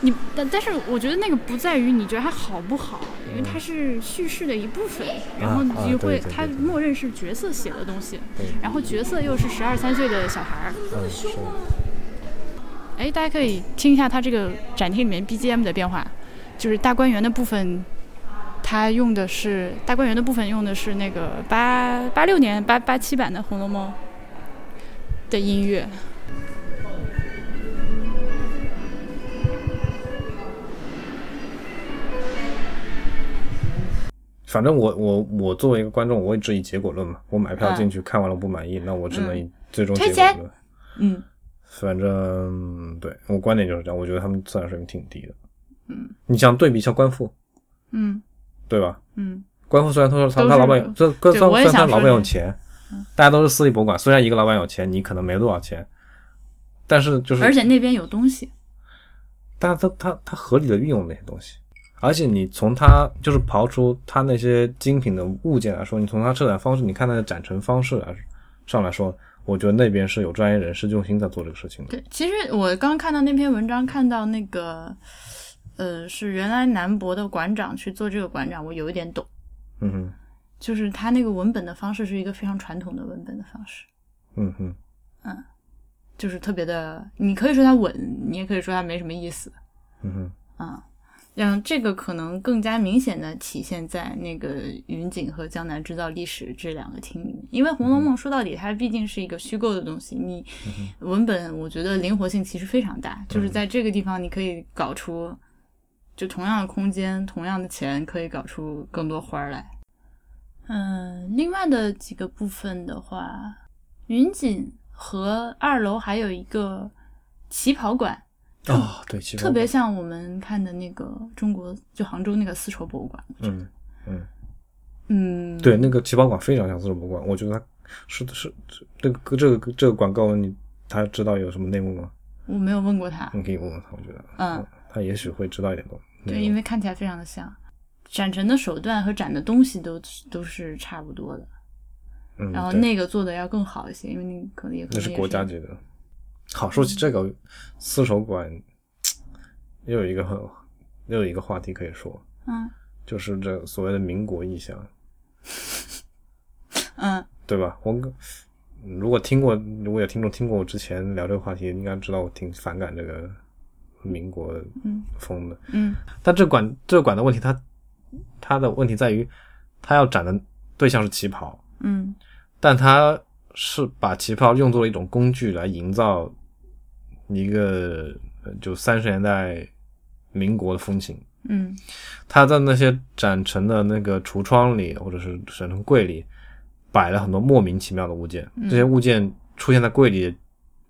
[SPEAKER 3] 你，但但是我觉得那个不在于你觉得它好不好，因为它是叙事的一部分，然后你
[SPEAKER 2] 嗯啊
[SPEAKER 3] 就
[SPEAKER 2] 对对
[SPEAKER 3] 会、
[SPEAKER 2] 对
[SPEAKER 3] 它
[SPEAKER 2] 对
[SPEAKER 3] 默认是角色写的东西，
[SPEAKER 2] 对，
[SPEAKER 3] 然后角色又是十二三岁的小孩儿，
[SPEAKER 2] 嗯，是的，
[SPEAKER 3] 哎，大家可以听一下它这个展厅里面 BGM 的变化，就是大观园的部分，它用的是大观园的部分用的是那个八八六年八八七版的《红楼梦》的音乐，
[SPEAKER 2] 反正我我我作为一个观众，我也只以结果论嘛。我买票
[SPEAKER 1] 嗯
[SPEAKER 2] 进去看完了不满意，那我只能以最终
[SPEAKER 1] 推
[SPEAKER 2] 结果
[SPEAKER 1] 荐
[SPEAKER 2] 论。
[SPEAKER 1] 嗯，
[SPEAKER 2] 反正对我观点就是这样，我觉得他们自然水平挺低的。嗯，你想对比一下官复，
[SPEAKER 1] 嗯
[SPEAKER 2] 对吧？
[SPEAKER 1] 嗯，
[SPEAKER 2] 官复虽然他说他
[SPEAKER 3] 都
[SPEAKER 2] 他
[SPEAKER 3] 是
[SPEAKER 2] 老板有，这官
[SPEAKER 3] 对
[SPEAKER 2] 虽然
[SPEAKER 3] 我也
[SPEAKER 2] 虽然他
[SPEAKER 3] 想
[SPEAKER 2] 老
[SPEAKER 3] 说
[SPEAKER 2] 板有
[SPEAKER 3] 这嗯
[SPEAKER 2] 钱，大家都是私立博物馆，虽然一个老板有钱，你可能没多少钱，但是就是
[SPEAKER 1] 而且那边有东西，
[SPEAKER 2] 但他他他合理的运用那些东西，而且你从他就是刨出他那些精品的物件来说，你从他策展方式，你看他的展陈方式来上来说，我觉得那边是有专业人士用心在做这个事情的。
[SPEAKER 1] 对，其实我刚看到那篇文章，看到那个，呃，是原来南博的馆长去做这个馆长，我有一点懂，
[SPEAKER 2] 嗯哼，
[SPEAKER 1] 就是他那个文本的方式是一个非常传统的文本的方式，
[SPEAKER 2] 嗯哼，
[SPEAKER 1] 就是特别的，你可以说它稳，你也可以说它没什么意思，
[SPEAKER 2] 嗯哼，
[SPEAKER 1] 啊。让这个可能更加明显的体现在那个云锦和江南制造历史这两个厅里面，因为《红楼梦》说到底它毕竟是一个虚构的东西，你文本我觉得灵活性其实非常大，就是在这个地方你可以搞出就同样的空间、同样的钱，可以搞出更多花儿来。嗯，另外的几个部分的话，云锦和二楼还有一个旗袍馆，
[SPEAKER 2] 哦，对，其实
[SPEAKER 1] 嗯特别像我们看的那个中国，就杭州那个丝绸博物馆。
[SPEAKER 2] 嗯，
[SPEAKER 1] 嗯，
[SPEAKER 2] 对，，那个旗袍馆非常像自然博物馆，我觉得他是是是这个这个这个广告你他知道有什么内幕吗？
[SPEAKER 1] 我没有问过他。
[SPEAKER 2] 你可以问问他，我觉得，
[SPEAKER 1] 嗯，
[SPEAKER 2] 他也许会知道一点东西。
[SPEAKER 1] 对，因为看起来非常的像，展陈的手段和展的东西都都是差不多的。
[SPEAKER 2] 嗯，
[SPEAKER 1] 然后
[SPEAKER 2] 对
[SPEAKER 1] 那个做的要更好一些，因为那可能也可
[SPEAKER 2] 那
[SPEAKER 1] 能
[SPEAKER 2] 是
[SPEAKER 1] 也
[SPEAKER 2] 国家级的。好，说起这个丝绸馆，又有一个很又有一个话题可以说，
[SPEAKER 1] 嗯
[SPEAKER 2] 就是这所谓的民国意象，
[SPEAKER 1] 嗯
[SPEAKER 2] 对吧？我嗯如果听过，如果有听众听过我之前聊这个话题，应该知道我挺反感这个民国
[SPEAKER 1] 嗯
[SPEAKER 2] 风的。
[SPEAKER 1] 嗯
[SPEAKER 2] 但这馆这馆的问题，它它的问题在于，它要展的对象是旗袍，
[SPEAKER 1] 嗯
[SPEAKER 2] 但它是把旗袍用作了一种工具来营造一个呃就三十年代民国的风情。
[SPEAKER 1] 嗯
[SPEAKER 2] 他在那些展陈的那个橱窗里，或者是展陈柜里，摆了很多莫名其妙的物件。这些物件出现在柜里，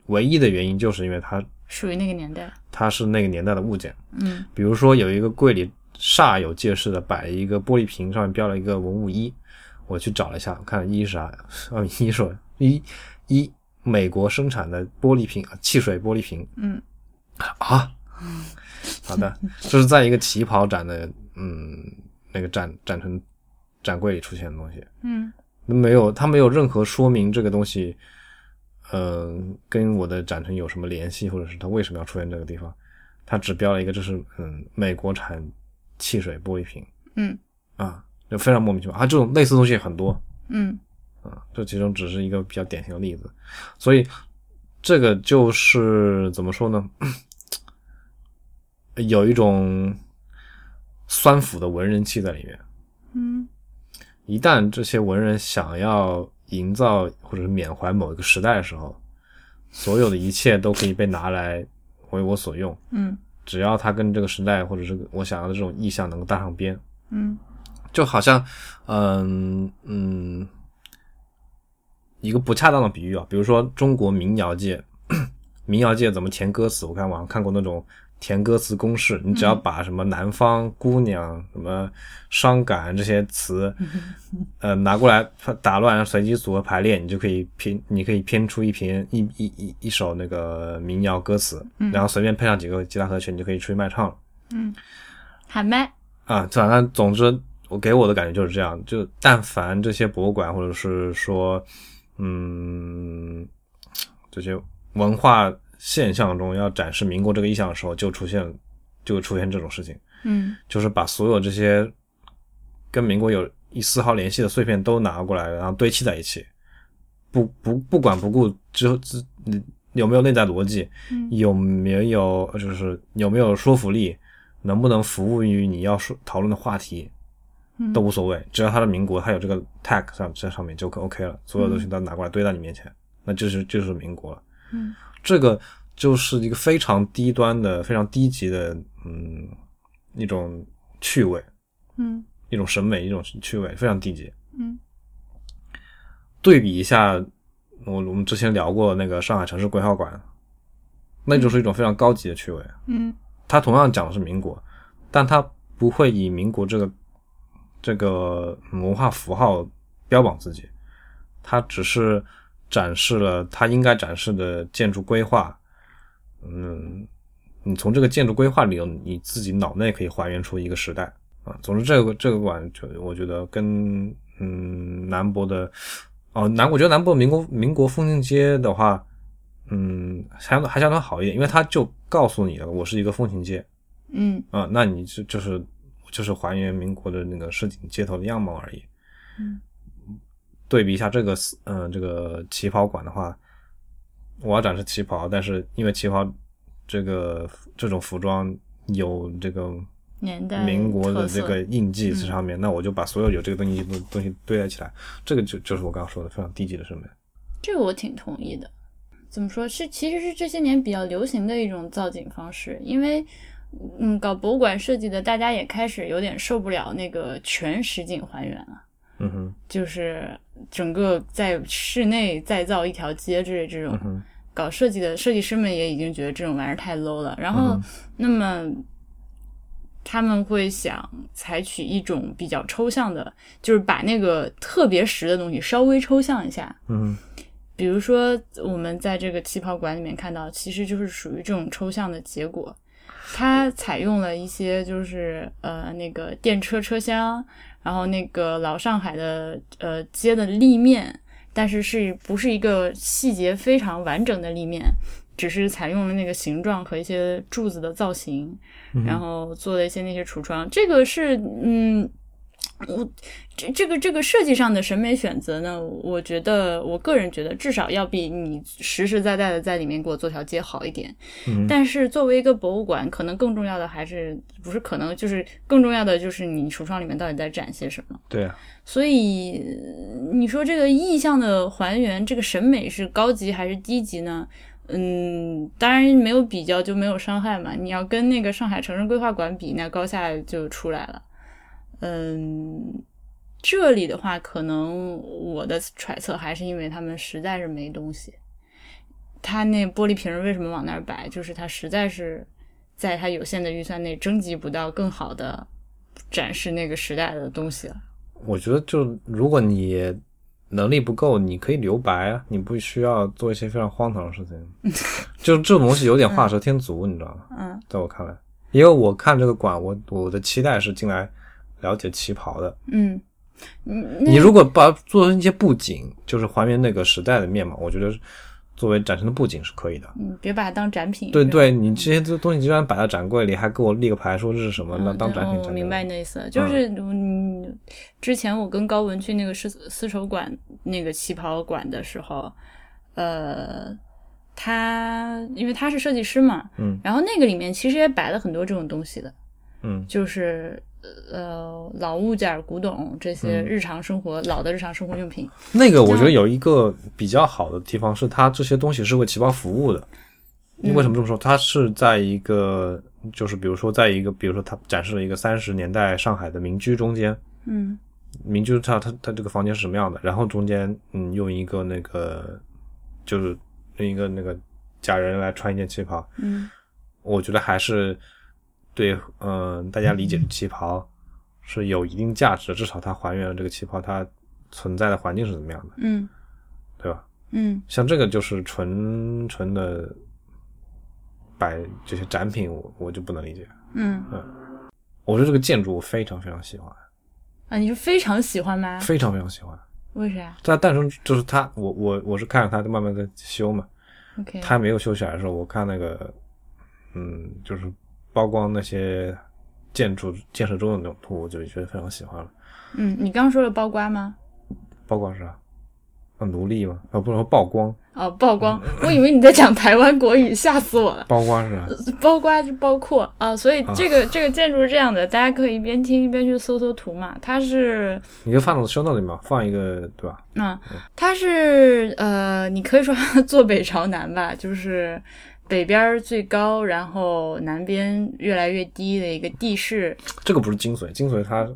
[SPEAKER 2] 唯一的原因就是因为它
[SPEAKER 1] 属于那个年代。
[SPEAKER 2] 它是那个年代的物件。
[SPEAKER 1] 嗯
[SPEAKER 2] 比如说有一个柜里煞有介事的摆了一个玻璃瓶，上面标了一个文物一，我去找了一下，我看一是啥？ 啊，一说一一美国生产的玻璃瓶，啊汽水玻璃瓶
[SPEAKER 1] 嗯
[SPEAKER 2] 啊。好的，这是在一个旗袍展的嗯那个展展成展柜里出现的东西，
[SPEAKER 1] 嗯
[SPEAKER 2] 没有它没有任何说明这个东西。嗯，跟我的展陈有什么联系，或者是它为什么要出现这个地方？它只标了一个，这是嗯美国产汽水玻璃瓶
[SPEAKER 1] 嗯
[SPEAKER 2] 啊，就非常莫名其妙啊。这种类似的东西很多
[SPEAKER 1] 嗯
[SPEAKER 2] 啊，这其中只是一个比较典型的例子。所以这个就是怎么说呢？有一种酸腐的文人气在里面。
[SPEAKER 1] 嗯
[SPEAKER 2] 一旦这些文人想要营造或者是缅怀某一个时代的时候，所有的一切都可以被拿来为我所用。
[SPEAKER 1] 嗯
[SPEAKER 2] 只要它跟这个时代或者是我想要的这种意象能够搭上边，
[SPEAKER 1] 嗯
[SPEAKER 2] 就好像，嗯嗯，一个不恰当的比喻啊，比如说中国民谣界， 民谣界怎么填歌词？我看网上看过那种填歌词公式，你只要把什么南方姑娘、什么伤感这些词，呃，拿过来打乱，随机组合排列，你就可以拼，你可以拼出一篇一一一一首那个民谣歌词，然后随便配上几个吉他和弦，你就可以出去卖唱了。
[SPEAKER 1] 喊麦，
[SPEAKER 2] 啊，反正总之，我给我的感觉就是这样。就但凡这些博物馆，或者是说，嗯，这些文化现象中要展示民国这个意象的时候，就出现就出现这种事情，
[SPEAKER 1] 嗯
[SPEAKER 2] 就是把所有这些跟民国有一丝毫联系的碎片都拿过来，然后堆砌在一起，不不不管不顾之后之嗯有没有内在逻辑，
[SPEAKER 1] 嗯
[SPEAKER 2] 有没有就是有没有说服力，能不能服务于你要说讨论的话题
[SPEAKER 1] 嗯
[SPEAKER 2] 都无所谓，只要它的民国，它有这个 tag 上在上面就可 OK 了，所有东西都拿过来堆到你面前，那就是就是民国了。
[SPEAKER 1] 嗯
[SPEAKER 2] 这个就是一个非常低端的、非常低级的，嗯，一种趣味，
[SPEAKER 1] 嗯
[SPEAKER 2] 一种审美，一种趣味，非常低级。
[SPEAKER 1] 嗯
[SPEAKER 2] 对比一下，我我们之前聊过那个上海城市规划馆，那就是一种非常高级的趣味。
[SPEAKER 1] 嗯
[SPEAKER 2] 它同样讲的是民国，但它不会以民国这个这个文化符号标榜自己，它只是展示了它应该展示的建筑规划。嗯，你从这个建筑规划里，你自己脑内可以还原出一个时代啊。总之，这个这个馆就我觉得跟嗯南博的哦南，我觉得南博民国民国风情街的话，嗯，相还相当好一点，因为它就告诉你了，我是一个风情街
[SPEAKER 1] 嗯
[SPEAKER 2] 啊，那你就就是就是还原民国的那个市井街头的样貌而已。
[SPEAKER 1] 嗯，
[SPEAKER 2] 对比一下这个四，嗯、这个旗袍馆的话，我要展示旗袍，但是因为旗袍这个这种服装有这个
[SPEAKER 1] 年代
[SPEAKER 2] 民国的
[SPEAKER 1] 特色
[SPEAKER 2] 这个印记
[SPEAKER 1] 嗯
[SPEAKER 2] 在上面，那我就把所有有这个东西的东西堆在起来，这个就就是我刚刚说的非常低级的审美。
[SPEAKER 1] 这个我挺同意的。怎么说是，其实是这些年比较流行的一种造景方式，因为，嗯，搞博物馆设计的大家也开始有点受不了那个全实景还原了，
[SPEAKER 2] 嗯哼，
[SPEAKER 1] 就是整个在室内再造一条街之类这种
[SPEAKER 2] 嗯，哼，
[SPEAKER 1] 搞设计的设计师们也已经觉得这种玩意儿太 low 了，然后、
[SPEAKER 2] 嗯
[SPEAKER 1] 那么他们会想采取一种比较抽象的，就是把那个特别实的东西稍微抽象一下。
[SPEAKER 2] 嗯
[SPEAKER 1] 比如说，我们在这个旗袍馆里面看到，其实就是属于这种抽象的结果。它采用了一些就是呃那个电车车厢，然后那个老上海的呃街的立面，但是是不是一个细节非常完整的立面，只是采用了那个形状和一些柱子的造型，然后做了一些那些橱窗。这个是嗯，我这这个这个设计上的审美选择呢，我觉得我个人觉得至少要比你实实在在的在里面给我做条街好一点。
[SPEAKER 2] 嗯
[SPEAKER 1] 但是作为一个博物馆，可能更重要的还是不是可能就是更重要的就是你橱窗里面到底在展些什么。
[SPEAKER 2] 对啊，
[SPEAKER 1] 所以呃你说这个意象的还原，这个审美是高级还是低级呢？嗯，当然没有比较就没有伤害嘛。你要跟那个上海城市规划馆比，那高下就出来了。嗯，这里的话，可能我的揣测还是因为他们实在是没东西。他那玻璃瓶儿为什么往那儿摆？就是他实在是在他有限的预算内征集不到更好的展示那个时代的东西了。
[SPEAKER 2] 我觉得就如果你能力不够，你可以留白啊，你不需要做一些非常荒唐的事 情。就这种东西有点画蛇添足，你知道吗？
[SPEAKER 1] 嗯，
[SPEAKER 2] 在我看来，因为我看这个馆，我我的期待是进来了解旗袍的。
[SPEAKER 1] 嗯，嗯
[SPEAKER 2] 你如果把做成一些布景，就是还原那个时代的面貌，我觉得作为展示的布景是可以的。
[SPEAKER 1] 嗯，别把它当展品。
[SPEAKER 2] 对
[SPEAKER 1] 是吧，嗯
[SPEAKER 2] 对，你这些东西居然摆在展柜里，还给我立个牌说这是什么，
[SPEAKER 1] 嗯
[SPEAKER 2] 那当展
[SPEAKER 1] 对
[SPEAKER 2] 品
[SPEAKER 1] 哦我
[SPEAKER 2] 展
[SPEAKER 1] 明白
[SPEAKER 2] 览。
[SPEAKER 1] 你的意思了，就是嗯，之前我跟高文去那个丝丝绸馆那个旗袍馆的时候，呃，他因为他是设计师嘛，
[SPEAKER 2] 嗯
[SPEAKER 1] 然后那个里面其实也摆了很多这种东西的，
[SPEAKER 2] 嗯
[SPEAKER 1] 就是呃老物件儿、古董这些
[SPEAKER 2] 嗯
[SPEAKER 1] 日常生活、老的日常生活用品。
[SPEAKER 2] 那个我觉得有一个比较好的地方是，它这些东西是为旗袍服务的。
[SPEAKER 1] 嗯
[SPEAKER 2] 为什么这么说？它是在一个，就是比如说，在一个，比如说，它展示了一个三十年代上海的民居中间，
[SPEAKER 1] 嗯
[SPEAKER 2] 明就知道它它这个房间是什么样的，然后中间嗯用一个那个就是用一个那个假人来穿一件旗袍，
[SPEAKER 1] 嗯，
[SPEAKER 2] 我觉得还是对嗯、呃大家理解的旗袍是有一定价值的，至少它还原了这个旗袍它存在的环境是怎么样的，
[SPEAKER 1] 嗯
[SPEAKER 2] 对吧？
[SPEAKER 1] 嗯
[SPEAKER 2] 像这个就是纯纯的摆这些展品我我就不能理解。
[SPEAKER 1] 嗯
[SPEAKER 2] 我对这个建筑我非常非常喜欢，
[SPEAKER 1] 啊，你是非常喜欢吗？
[SPEAKER 2] 非常非常喜欢。
[SPEAKER 1] 为啥
[SPEAKER 2] 它诞生就是它，我我我是看着它慢慢在修嘛，
[SPEAKER 1] ？OK，
[SPEAKER 2] 它没有修起来的时候，我看那个，嗯，就是曝光那些建筑建设中的那种图，我就觉得非常喜欢了。
[SPEAKER 1] 嗯，你刚说了包瓜吗？
[SPEAKER 2] 曝光是啥？啊，奴隶吗？啊，不是说曝光，
[SPEAKER 1] 哦，曝光，我以为你在讲台湾国 语，吓死我了。
[SPEAKER 2] 曝光是啥？
[SPEAKER 1] 包瓜就包括啊，所以
[SPEAKER 2] 啊
[SPEAKER 1] 这个、这个建筑是这样的，大家可以一边听一边去搜搜图嘛。它是
[SPEAKER 2] 你就放到修那里嘛，放一个对吧？
[SPEAKER 1] 啊，它是呃，你可以说它坐北朝南吧，就是北边儿最高，然后南边越来越低的一个地势。
[SPEAKER 2] 这个不是精髓，精髓它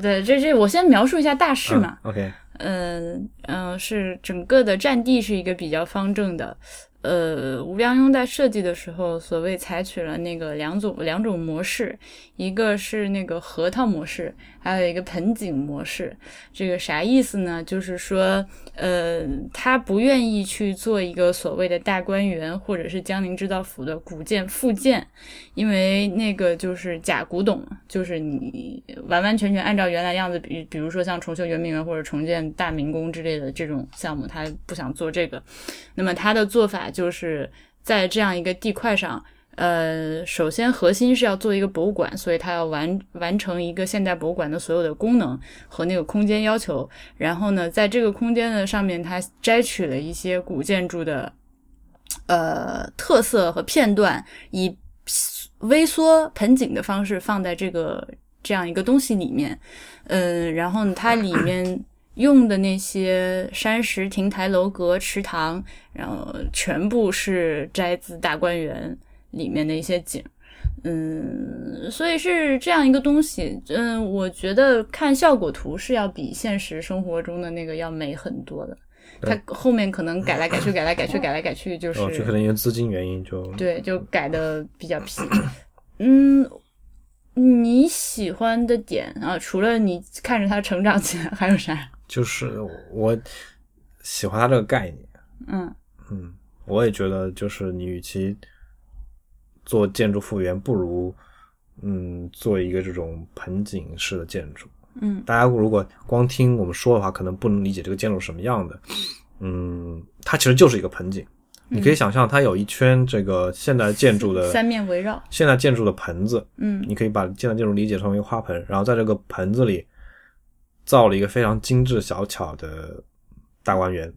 [SPEAKER 1] 对，这这我先描述一下大势嘛。
[SPEAKER 2] 嗯、？OK，
[SPEAKER 1] 嗯嗯、呃是整个的占地是一个比较方正的。呃，吴良镛在设计的时候，所谓采取了那个两种两种模式，一个是那个核桃模式，还有一个盆景模式。这个啥意思呢？就是说，呃，他不愿意去做一个所谓的大观园或者是江宁织造府的古建复建，因为那个就是假古董嘛，就是你完完全全按照原来样子，比比如说像重修圆明园或者重建大明宫之类的这种项目，他不想做这个。那么他的做法就是在这样一个地块上。呃，首先核心是要做一个博物馆，所以它要完完成一个现代博物馆的所有的功能和那个空间要求。然后呢，在这个空间的上面，它摘取了一些古建筑的呃特色和片段，以微缩盆景的方式放在这个这样一个东西里面。嗯、然后呢它里面用的那些山石、亭台楼阁、池塘，然后全部是摘自大观园里面的一些景。嗯，所以是这样一个东西。嗯，我觉得看效果图是要比现实生活中的那个要美很多的。它后面可能改来改去，改来改去，改来改去，呃就是
[SPEAKER 2] 哦，这可能因为资金原因就
[SPEAKER 1] 对，就改的比较皮。 嗯，你喜欢的点啊，除了你看着他成长起来，还有啥？
[SPEAKER 2] 就是我喜欢它这个概念。
[SPEAKER 1] 嗯
[SPEAKER 2] 嗯，我也觉得，就是你与其做建筑复原，不如嗯做一个这种盆景式的建筑。
[SPEAKER 1] 嗯
[SPEAKER 2] 大家如果光听我们说的话，可能不能理解这个建筑什么样的。嗯，它其实就是一个盆景，你可以想象它有一圈这个现代建筑的
[SPEAKER 1] 嗯三面围绕
[SPEAKER 2] 现代建筑的盆子，
[SPEAKER 1] 嗯
[SPEAKER 2] 你可以把现代建筑理解成为花盆，然后在这个盆子里造了一个非常精致小巧的大观园。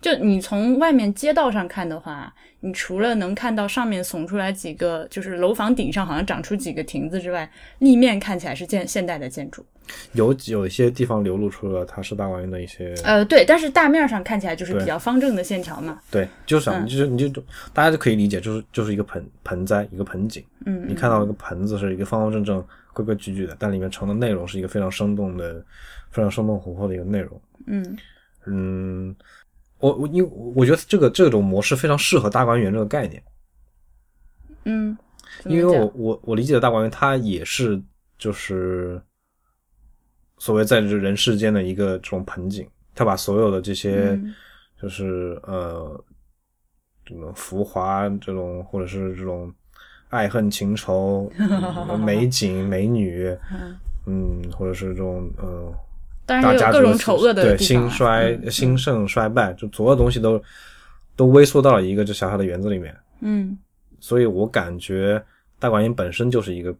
[SPEAKER 1] 就你从外面街道上看的话，你除了能看到上面耸出来几个，就是楼房顶上好像长出几个亭子之外，立面看起来是建现代的建筑。
[SPEAKER 2] 有有一些地方流露出了它是大观园的一些，
[SPEAKER 1] 呃，对，但是大面上看起来就是
[SPEAKER 2] 对
[SPEAKER 1] 比较方正的线条嘛。
[SPEAKER 2] 对，就想、
[SPEAKER 1] 嗯
[SPEAKER 2] 就是你就大家就可以理解，就是就是一个盆盆栽，一个盆景。
[SPEAKER 1] 嗯，嗯
[SPEAKER 2] 你看到一个盆子是一个方方正正、规规矩矩的，但里面盛的内容是一个非常生动的、非常生动活泼的一个内容。
[SPEAKER 1] 嗯
[SPEAKER 2] 嗯，我我因为我觉得这个这种模式非常适合大观园这个概念，
[SPEAKER 1] 嗯，怎么
[SPEAKER 2] 因为
[SPEAKER 1] 讲
[SPEAKER 2] 我我我理解的大观园，它也是就是所谓在这人世间的一个这种盆景，它把所有的这些
[SPEAKER 1] 嗯
[SPEAKER 2] 就是、呃这种浮华这种或者是这种爱恨情仇、嗯美景美女，
[SPEAKER 1] 嗯
[SPEAKER 2] 嗯，或者是这种嗯。呃
[SPEAKER 1] 当
[SPEAKER 2] 大
[SPEAKER 1] 然也有
[SPEAKER 2] 家族
[SPEAKER 1] 各种
[SPEAKER 2] 的
[SPEAKER 1] 丑恶的地
[SPEAKER 2] 对
[SPEAKER 1] 方
[SPEAKER 2] 兴
[SPEAKER 1] 啊
[SPEAKER 2] 衰、兴盛、衰败，就所有东西都都微缩到了一个这小小的园子里面。
[SPEAKER 1] 嗯
[SPEAKER 2] 所以我感觉大观园本身就是一个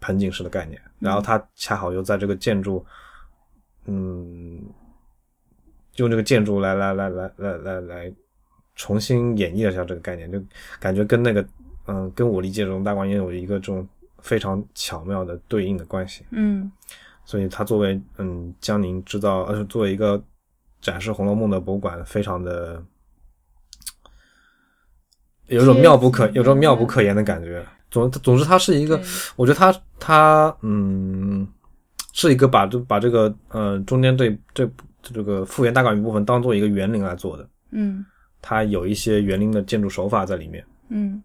[SPEAKER 2] 盆景式的概念，然后它恰好又在这个建筑，嗯，用这个建筑来来来来来来来重新演绎了一下这个概念，就感觉跟那个嗯，跟我理解中大观园有一个这种非常巧妙的对应的关系。
[SPEAKER 1] 嗯
[SPEAKER 2] 所以它作为嗯江宁制造，呃，作为一个展示《红楼梦》的博物馆，非常的有一种妙不可，有种妙不可言的感觉。总总之，它是一个
[SPEAKER 1] 对，
[SPEAKER 2] 我觉得它它嗯，是一个把这把这个呃中间这这这个复原大馆宇部分当做一个园林来做的，
[SPEAKER 1] 嗯
[SPEAKER 2] 它有一些园林的建筑手法在里面。
[SPEAKER 1] 嗯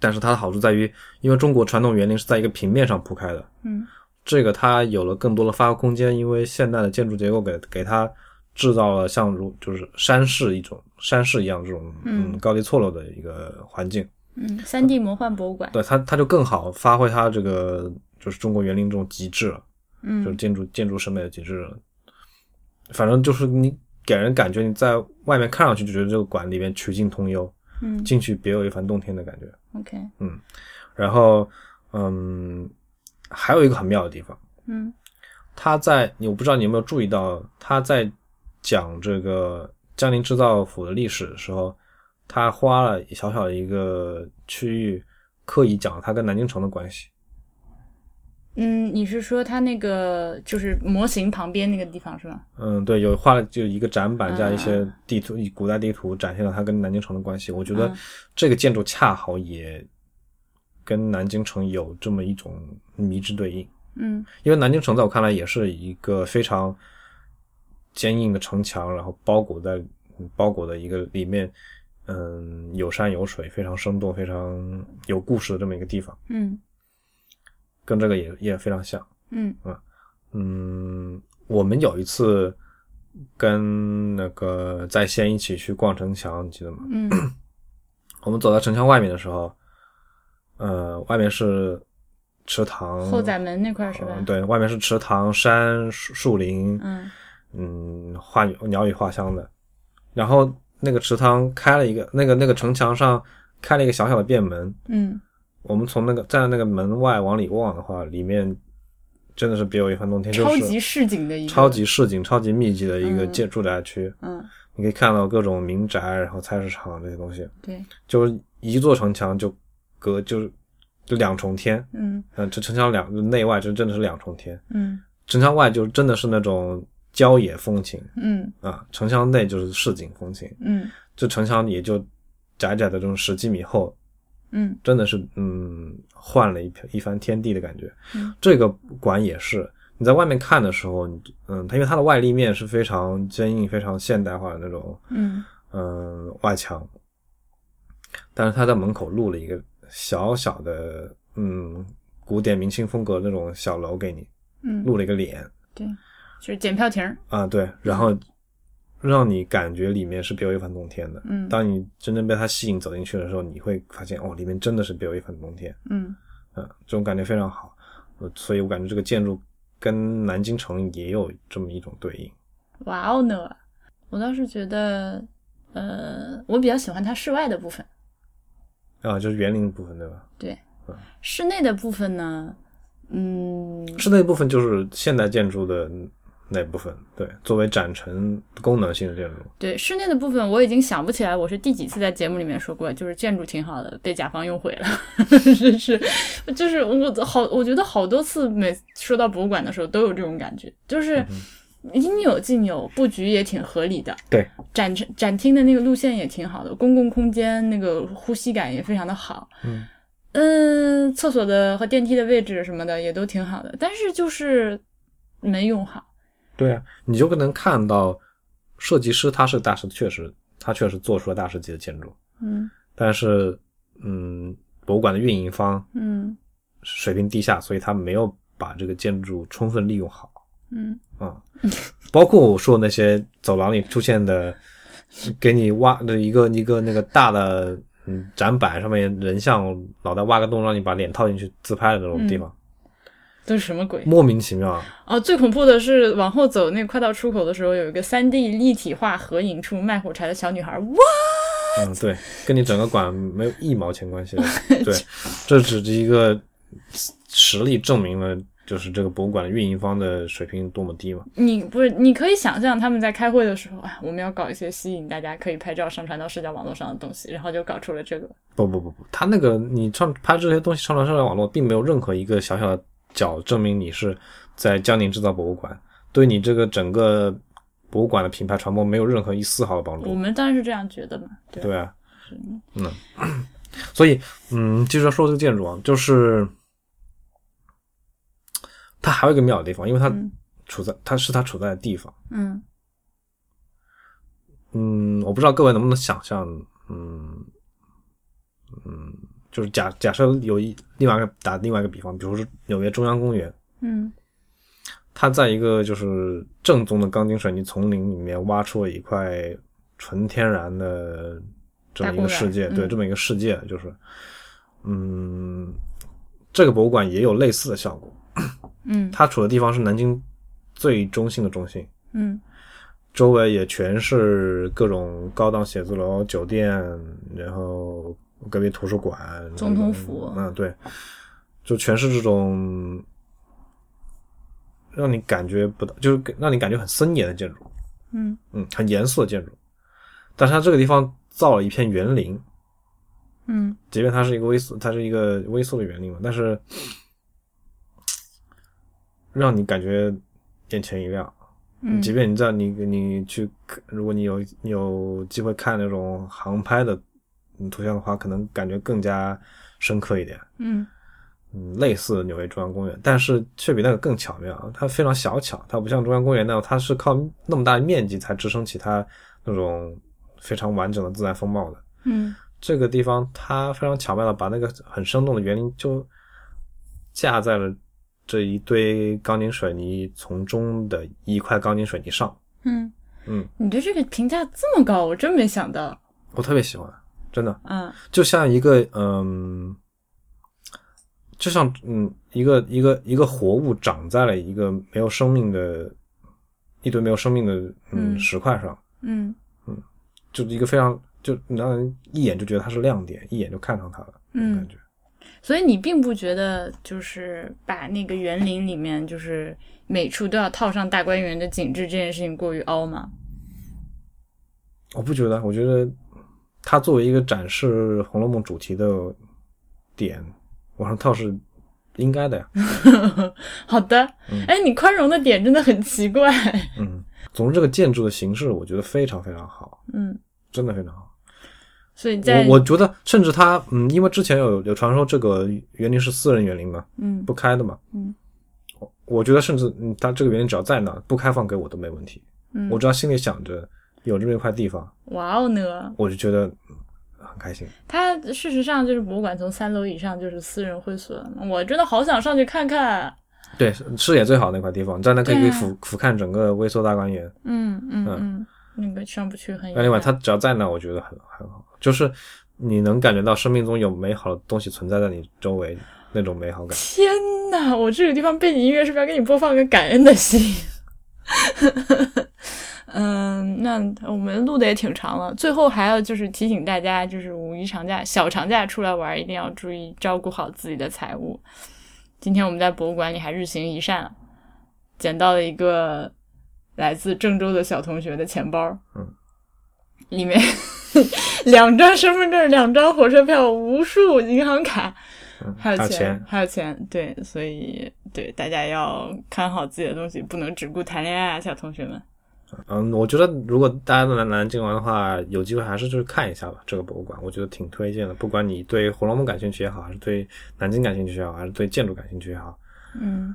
[SPEAKER 2] 但是它的好处在于，因为中国传统园林是在一个平面上铺开的，
[SPEAKER 1] 嗯
[SPEAKER 2] 这个它有了更多的发挥空间，因为现代的建筑结构给给它制造了像如就是山势一种山势一样这种
[SPEAKER 1] 嗯
[SPEAKER 2] 嗯高低错落的一个环境，
[SPEAKER 1] 嗯，三 D 魔幻博物馆，
[SPEAKER 2] 对它它就更好发挥它这个就是中国园林这种极致了，就是
[SPEAKER 1] 嗯
[SPEAKER 2] 建筑建筑审美的极致了。反正就是你给人感觉你在外面看上去就觉得这个馆里面曲径通幽，
[SPEAKER 1] 嗯
[SPEAKER 2] 进去别有一番洞天的感觉。
[SPEAKER 1] ，OK，
[SPEAKER 2] 然后，嗯，还有一个很妙的地方，
[SPEAKER 1] 嗯
[SPEAKER 2] 他在你我不知道你有没有注意到，他在讲这个江宁制造府的历史的时候，他花了小小的一个区域，刻意讲它跟南京城的关系。
[SPEAKER 1] 嗯，你是说它那个就是模型旁边那个地方是吧？
[SPEAKER 2] 嗯，对，有画了就一个展板加
[SPEAKER 1] 嗯
[SPEAKER 2] 一些地图，以古代地图展现了它跟南京城的关系。我觉得
[SPEAKER 1] 嗯
[SPEAKER 2] 这个建筑恰好也跟南京城有这么一种迷之对应。
[SPEAKER 1] 嗯
[SPEAKER 2] 因为南京城在我看来也是一个非常坚硬的城墙，然后包裹在嗯包裹的一个里面，嗯，有山有水，非常生动，非常有故事的这么一个地方，
[SPEAKER 1] 嗯
[SPEAKER 2] 跟这个也也非常像。
[SPEAKER 1] 嗯
[SPEAKER 2] 嗯，我们有一次跟那个在先一起去逛城墙，你记得吗？
[SPEAKER 1] 嗯
[SPEAKER 2] 我们走到城墙外面的时候，呃，外面是池塘，
[SPEAKER 1] 后宰门那块儿是吧
[SPEAKER 2] 嗯，对，外面是池塘、山、树树林，
[SPEAKER 1] 嗯
[SPEAKER 2] 嗯，画鸟语花香的。然后那个池塘开了一个，那个那个城墙上开了一个小小的便门。
[SPEAKER 1] 嗯
[SPEAKER 2] 我们从那个站在那个门外往里望的话，里面真的是别有一番洞天，
[SPEAKER 1] 超
[SPEAKER 2] 就
[SPEAKER 1] 级
[SPEAKER 2] 是
[SPEAKER 1] 市井的一个
[SPEAKER 2] 超级市井、超级密集的一个
[SPEAKER 1] 嗯
[SPEAKER 2] 建住宅区。
[SPEAKER 1] 嗯
[SPEAKER 2] 你可以看到各种民宅，然后菜市场这些东西，
[SPEAKER 1] 对
[SPEAKER 2] 就是一座城墙就隔就是就两重天。
[SPEAKER 1] 嗯
[SPEAKER 2] 嗯，这城墙两内外这真的是两重天。
[SPEAKER 1] 嗯
[SPEAKER 2] 城墙外就真的是那种郊野风情，
[SPEAKER 1] 嗯
[SPEAKER 2] 啊，城墙内就是市井风情，
[SPEAKER 1] 嗯
[SPEAKER 2] 这城墙也就窄窄的这种十几米厚，
[SPEAKER 1] 嗯
[SPEAKER 2] 真的是嗯换了一片一番天地的感觉。
[SPEAKER 1] 嗯
[SPEAKER 2] 这个馆也是，你在外面看的时候，你嗯，它因为它的外立面是非常坚硬、非常现代化的那种
[SPEAKER 1] 嗯
[SPEAKER 2] 嗯外墙，但是它在门口露了一个小小的嗯古典明清风格的那种小楼给你，
[SPEAKER 1] 嗯，
[SPEAKER 2] 露了一个脸，
[SPEAKER 1] 对，就是检票亭儿，
[SPEAKER 2] 啊，对，然后让你感觉里面是别有一番洞天的。
[SPEAKER 1] 嗯
[SPEAKER 2] 当你真正被它吸引走进去的时候，你会发现哦，里面真的是别有一番洞天，
[SPEAKER 1] 嗯
[SPEAKER 2] 嗯，这种感觉非常好。呃所以我感觉这个建筑跟南京城也有这么一种对应。
[SPEAKER 1] 哇哦呢，我倒是觉得呃，我比较喜欢它室外的部分。
[SPEAKER 2] 啊，就是园林部分对吧？
[SPEAKER 1] 对
[SPEAKER 2] 嗯，
[SPEAKER 1] 室内的部分呢，嗯，
[SPEAKER 2] 室内部分就是现代建筑的那部分，对，作为展陈功能性的建筑，
[SPEAKER 1] 对，室内的部分我已经想不起来我是第几次在节目里面说过，就是建筑挺好的，被甲方用毁了， 是是，就是我好，我觉得好多次每说到博物馆的时候都有这种感觉，
[SPEAKER 2] 嗯
[SPEAKER 1] 就是应有尽有，布局也挺合理的，
[SPEAKER 2] 对，
[SPEAKER 1] 展展厅的那个路线也挺好的，公共空间那个呼吸感也非常的好，
[SPEAKER 2] 嗯
[SPEAKER 1] 嗯，厕所的和电梯的位置什么的也都挺好的，但是就是没用好，
[SPEAKER 2] 对啊，你就能看到设计师他是大师，确实他确实做出了大师级的建筑，
[SPEAKER 1] 嗯
[SPEAKER 2] 但是，嗯，博物馆的运营方
[SPEAKER 1] 嗯
[SPEAKER 2] 水平低下，所以他没有把这个建筑充分利用好
[SPEAKER 1] 嗯
[SPEAKER 2] 啊、包括我说那些走廊里出现的，给你挖的一个一个那个大的嗯展板上面人像脑袋挖个洞让你把脸套进去自拍的那种地方，
[SPEAKER 1] 都是什么鬼？
[SPEAKER 2] 莫名其妙啊。
[SPEAKER 1] 哦，最恐怖的是往后走，那个快到出口的时候，有一个三 D 立体化合影处卖火柴的小女孩，哇！
[SPEAKER 2] 嗯，对，跟你整个馆没有一毛钱关系的。对，这只是一个实力证明了，就是这个博物馆的运营方的水平多么低嘛。
[SPEAKER 1] 你不是，你可以想象他们在开会的时候，啊，我们要搞一些吸引大家可以拍照上传到社交网络上的东西，然后就搞出了这个。
[SPEAKER 2] 不不不不，他那个你上拍这些东西上传上来网络，并没有任何一个小小的角证明你是在江宁制造博物馆，对你这个整个博物馆的品牌传播没有任何一丝毫的帮
[SPEAKER 1] 我
[SPEAKER 2] 助。
[SPEAKER 1] 们当然是这样觉得嘛，对吧
[SPEAKER 2] 对啊，嗯，所以嗯，接着说这个建筑啊，就是它还有一个妙的地方，因为它
[SPEAKER 1] 嗯
[SPEAKER 2] 处在它是它处在的地方。
[SPEAKER 1] 嗯
[SPEAKER 2] 嗯，我不知道各位能不能想象，嗯嗯，就是假假设有一另外一个打另外一个比方，比如说纽约中央公园，
[SPEAKER 1] 嗯
[SPEAKER 2] 它在一个就是正宗的钢筋水泥丛林里面挖出了一块纯天然的这么一个世界，
[SPEAKER 1] 大公园
[SPEAKER 2] 对，
[SPEAKER 1] 嗯
[SPEAKER 2] 这么一个世界，就是，嗯，这个博物馆也有类似的效果。
[SPEAKER 1] 嗯
[SPEAKER 2] 它处的地方是南京最中心的中心，
[SPEAKER 1] 嗯
[SPEAKER 2] 周围也全是各种高档写字楼、酒店，然后隔壁图书馆、
[SPEAKER 1] 总统府
[SPEAKER 2] 嗯，对，就全是这种让你感觉不到，就是给让你感觉很森严的建筑，
[SPEAKER 1] 嗯
[SPEAKER 2] 嗯，很严肃的建筑。但是它这个地方造了一片园林，
[SPEAKER 1] 嗯
[SPEAKER 2] 即便它是一个微缩，它是一个微缩的园林嘛，但是让你感觉眼前一亮。
[SPEAKER 1] 嗯
[SPEAKER 2] 即便你知道你你去看，如果你有你有机会看那种航拍的嗯图像的话，可能感觉更加深刻一点。
[SPEAKER 1] 嗯
[SPEAKER 2] 嗯，类似纽约中央公园，但是却比那个更巧妙，啊它非常小巧，它不像中央公园那样，它是靠那么大的面积才支撑起它那种非常完整的自然风貌的。
[SPEAKER 1] 嗯
[SPEAKER 2] 这个地方它非常巧妙的把那个很生动的园林就架在了这一堆钢筋水泥丛中的一块钢筋水泥上。
[SPEAKER 1] 嗯
[SPEAKER 2] 嗯，
[SPEAKER 1] 你对这个评价这么高，我真没想到
[SPEAKER 2] 我特别喜欢，真的
[SPEAKER 1] 啊。
[SPEAKER 2] 就像一个嗯，就像嗯一个一个一个活物长在了一个没有生命的一堆没有生命的嗯
[SPEAKER 1] 嗯
[SPEAKER 2] 石块上，
[SPEAKER 1] 嗯
[SPEAKER 2] 就是一个非常就让人一眼就觉得它是亮点，一眼就看上它了，那种
[SPEAKER 1] 嗯
[SPEAKER 2] 感觉。
[SPEAKER 1] 所以你并不觉得就是把那个园林里面就是每处都要套上大观园的景致这件事情过于凹吗？
[SPEAKER 2] 我不觉得，我觉得它作为一个展示《红楼梦》主题的点，往上套是应该的呀。
[SPEAKER 1] 嗯好的，哎、你宽容的点真的很奇怪。
[SPEAKER 2] 嗯，总之这个建筑的形式，我觉得非常非常好，
[SPEAKER 1] 嗯，
[SPEAKER 2] 真的非常好。
[SPEAKER 1] 所以在
[SPEAKER 2] 我我觉得，甚至它，嗯，因为之前有有传说这个园林是私人园林嘛，
[SPEAKER 1] 嗯
[SPEAKER 2] 不开的嘛。
[SPEAKER 1] 嗯
[SPEAKER 2] 我，我觉得甚至嗯，它这个园林只要在那儿，不开放给我都没问题。
[SPEAKER 1] 嗯
[SPEAKER 2] 我只要心里想着有这么一块地方，
[SPEAKER 1] 哇哦呢，
[SPEAKER 2] 我就觉得嗯很开心。
[SPEAKER 1] 它事实上就是博物馆从三楼以上就是私人会所了，我真的好想上去看看。
[SPEAKER 2] 对，视野最好的那块地方，你在那可以可
[SPEAKER 1] 对
[SPEAKER 2] 以
[SPEAKER 1] 啊
[SPEAKER 2] 俯俯瞰整个微缩大观园。
[SPEAKER 1] 嗯嗯嗯，那个上不去很遗
[SPEAKER 2] 那
[SPEAKER 1] 憾。
[SPEAKER 2] 另外，它只要在那，我觉得很很好，就是你能感觉到生命中有美好的东西存在在你周围那种美好感。
[SPEAKER 1] 天呐，我这个地方背景音乐是不是要给你播放个感恩的心？ 嗯，那我们录的也挺长了，最后还要就是提醒大家，就是五一长假、小长假出来玩，一定要注意照顾好自己的财物。今天我们在博物馆里还日行一善了，捡到了一个来自郑州的小同学的钱包，
[SPEAKER 2] 嗯，
[SPEAKER 1] 里面 两张身份证、两张火车票、无数银行卡，
[SPEAKER 2] 嗯，
[SPEAKER 1] 还有
[SPEAKER 2] 有
[SPEAKER 1] 钱，，还有钱，对，所以对大家要看好自己的东西，不能只顾谈恋爱啊，小同学们。
[SPEAKER 2] 嗯，我觉得如果大家都来南京玩的话，有机会还是就是看一下吧，这个博物馆我觉得挺推荐的。不管你对《红楼梦》感兴趣也好，还是对南京感兴趣也好，还是对建筑感兴趣也好，
[SPEAKER 1] 嗯，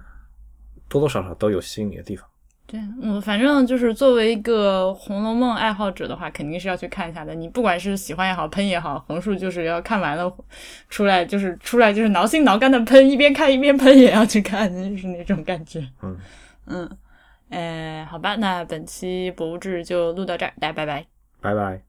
[SPEAKER 2] 多多少少都有吸引你的地方。
[SPEAKER 1] 对我反正就是作为一个《红楼梦》爱好者的话，肯定是要去看一下的。你不管是喜欢也好，喷也好，横竖就是要看完了出来，就是出来就是挠心挠肝的喷，一边看一边喷也要去看，就是那种感觉。呃
[SPEAKER 2] 嗯
[SPEAKER 1] 嗯，哎，好吧，那本期博物志就录到这儿，大家拜拜。
[SPEAKER 2] 拜拜。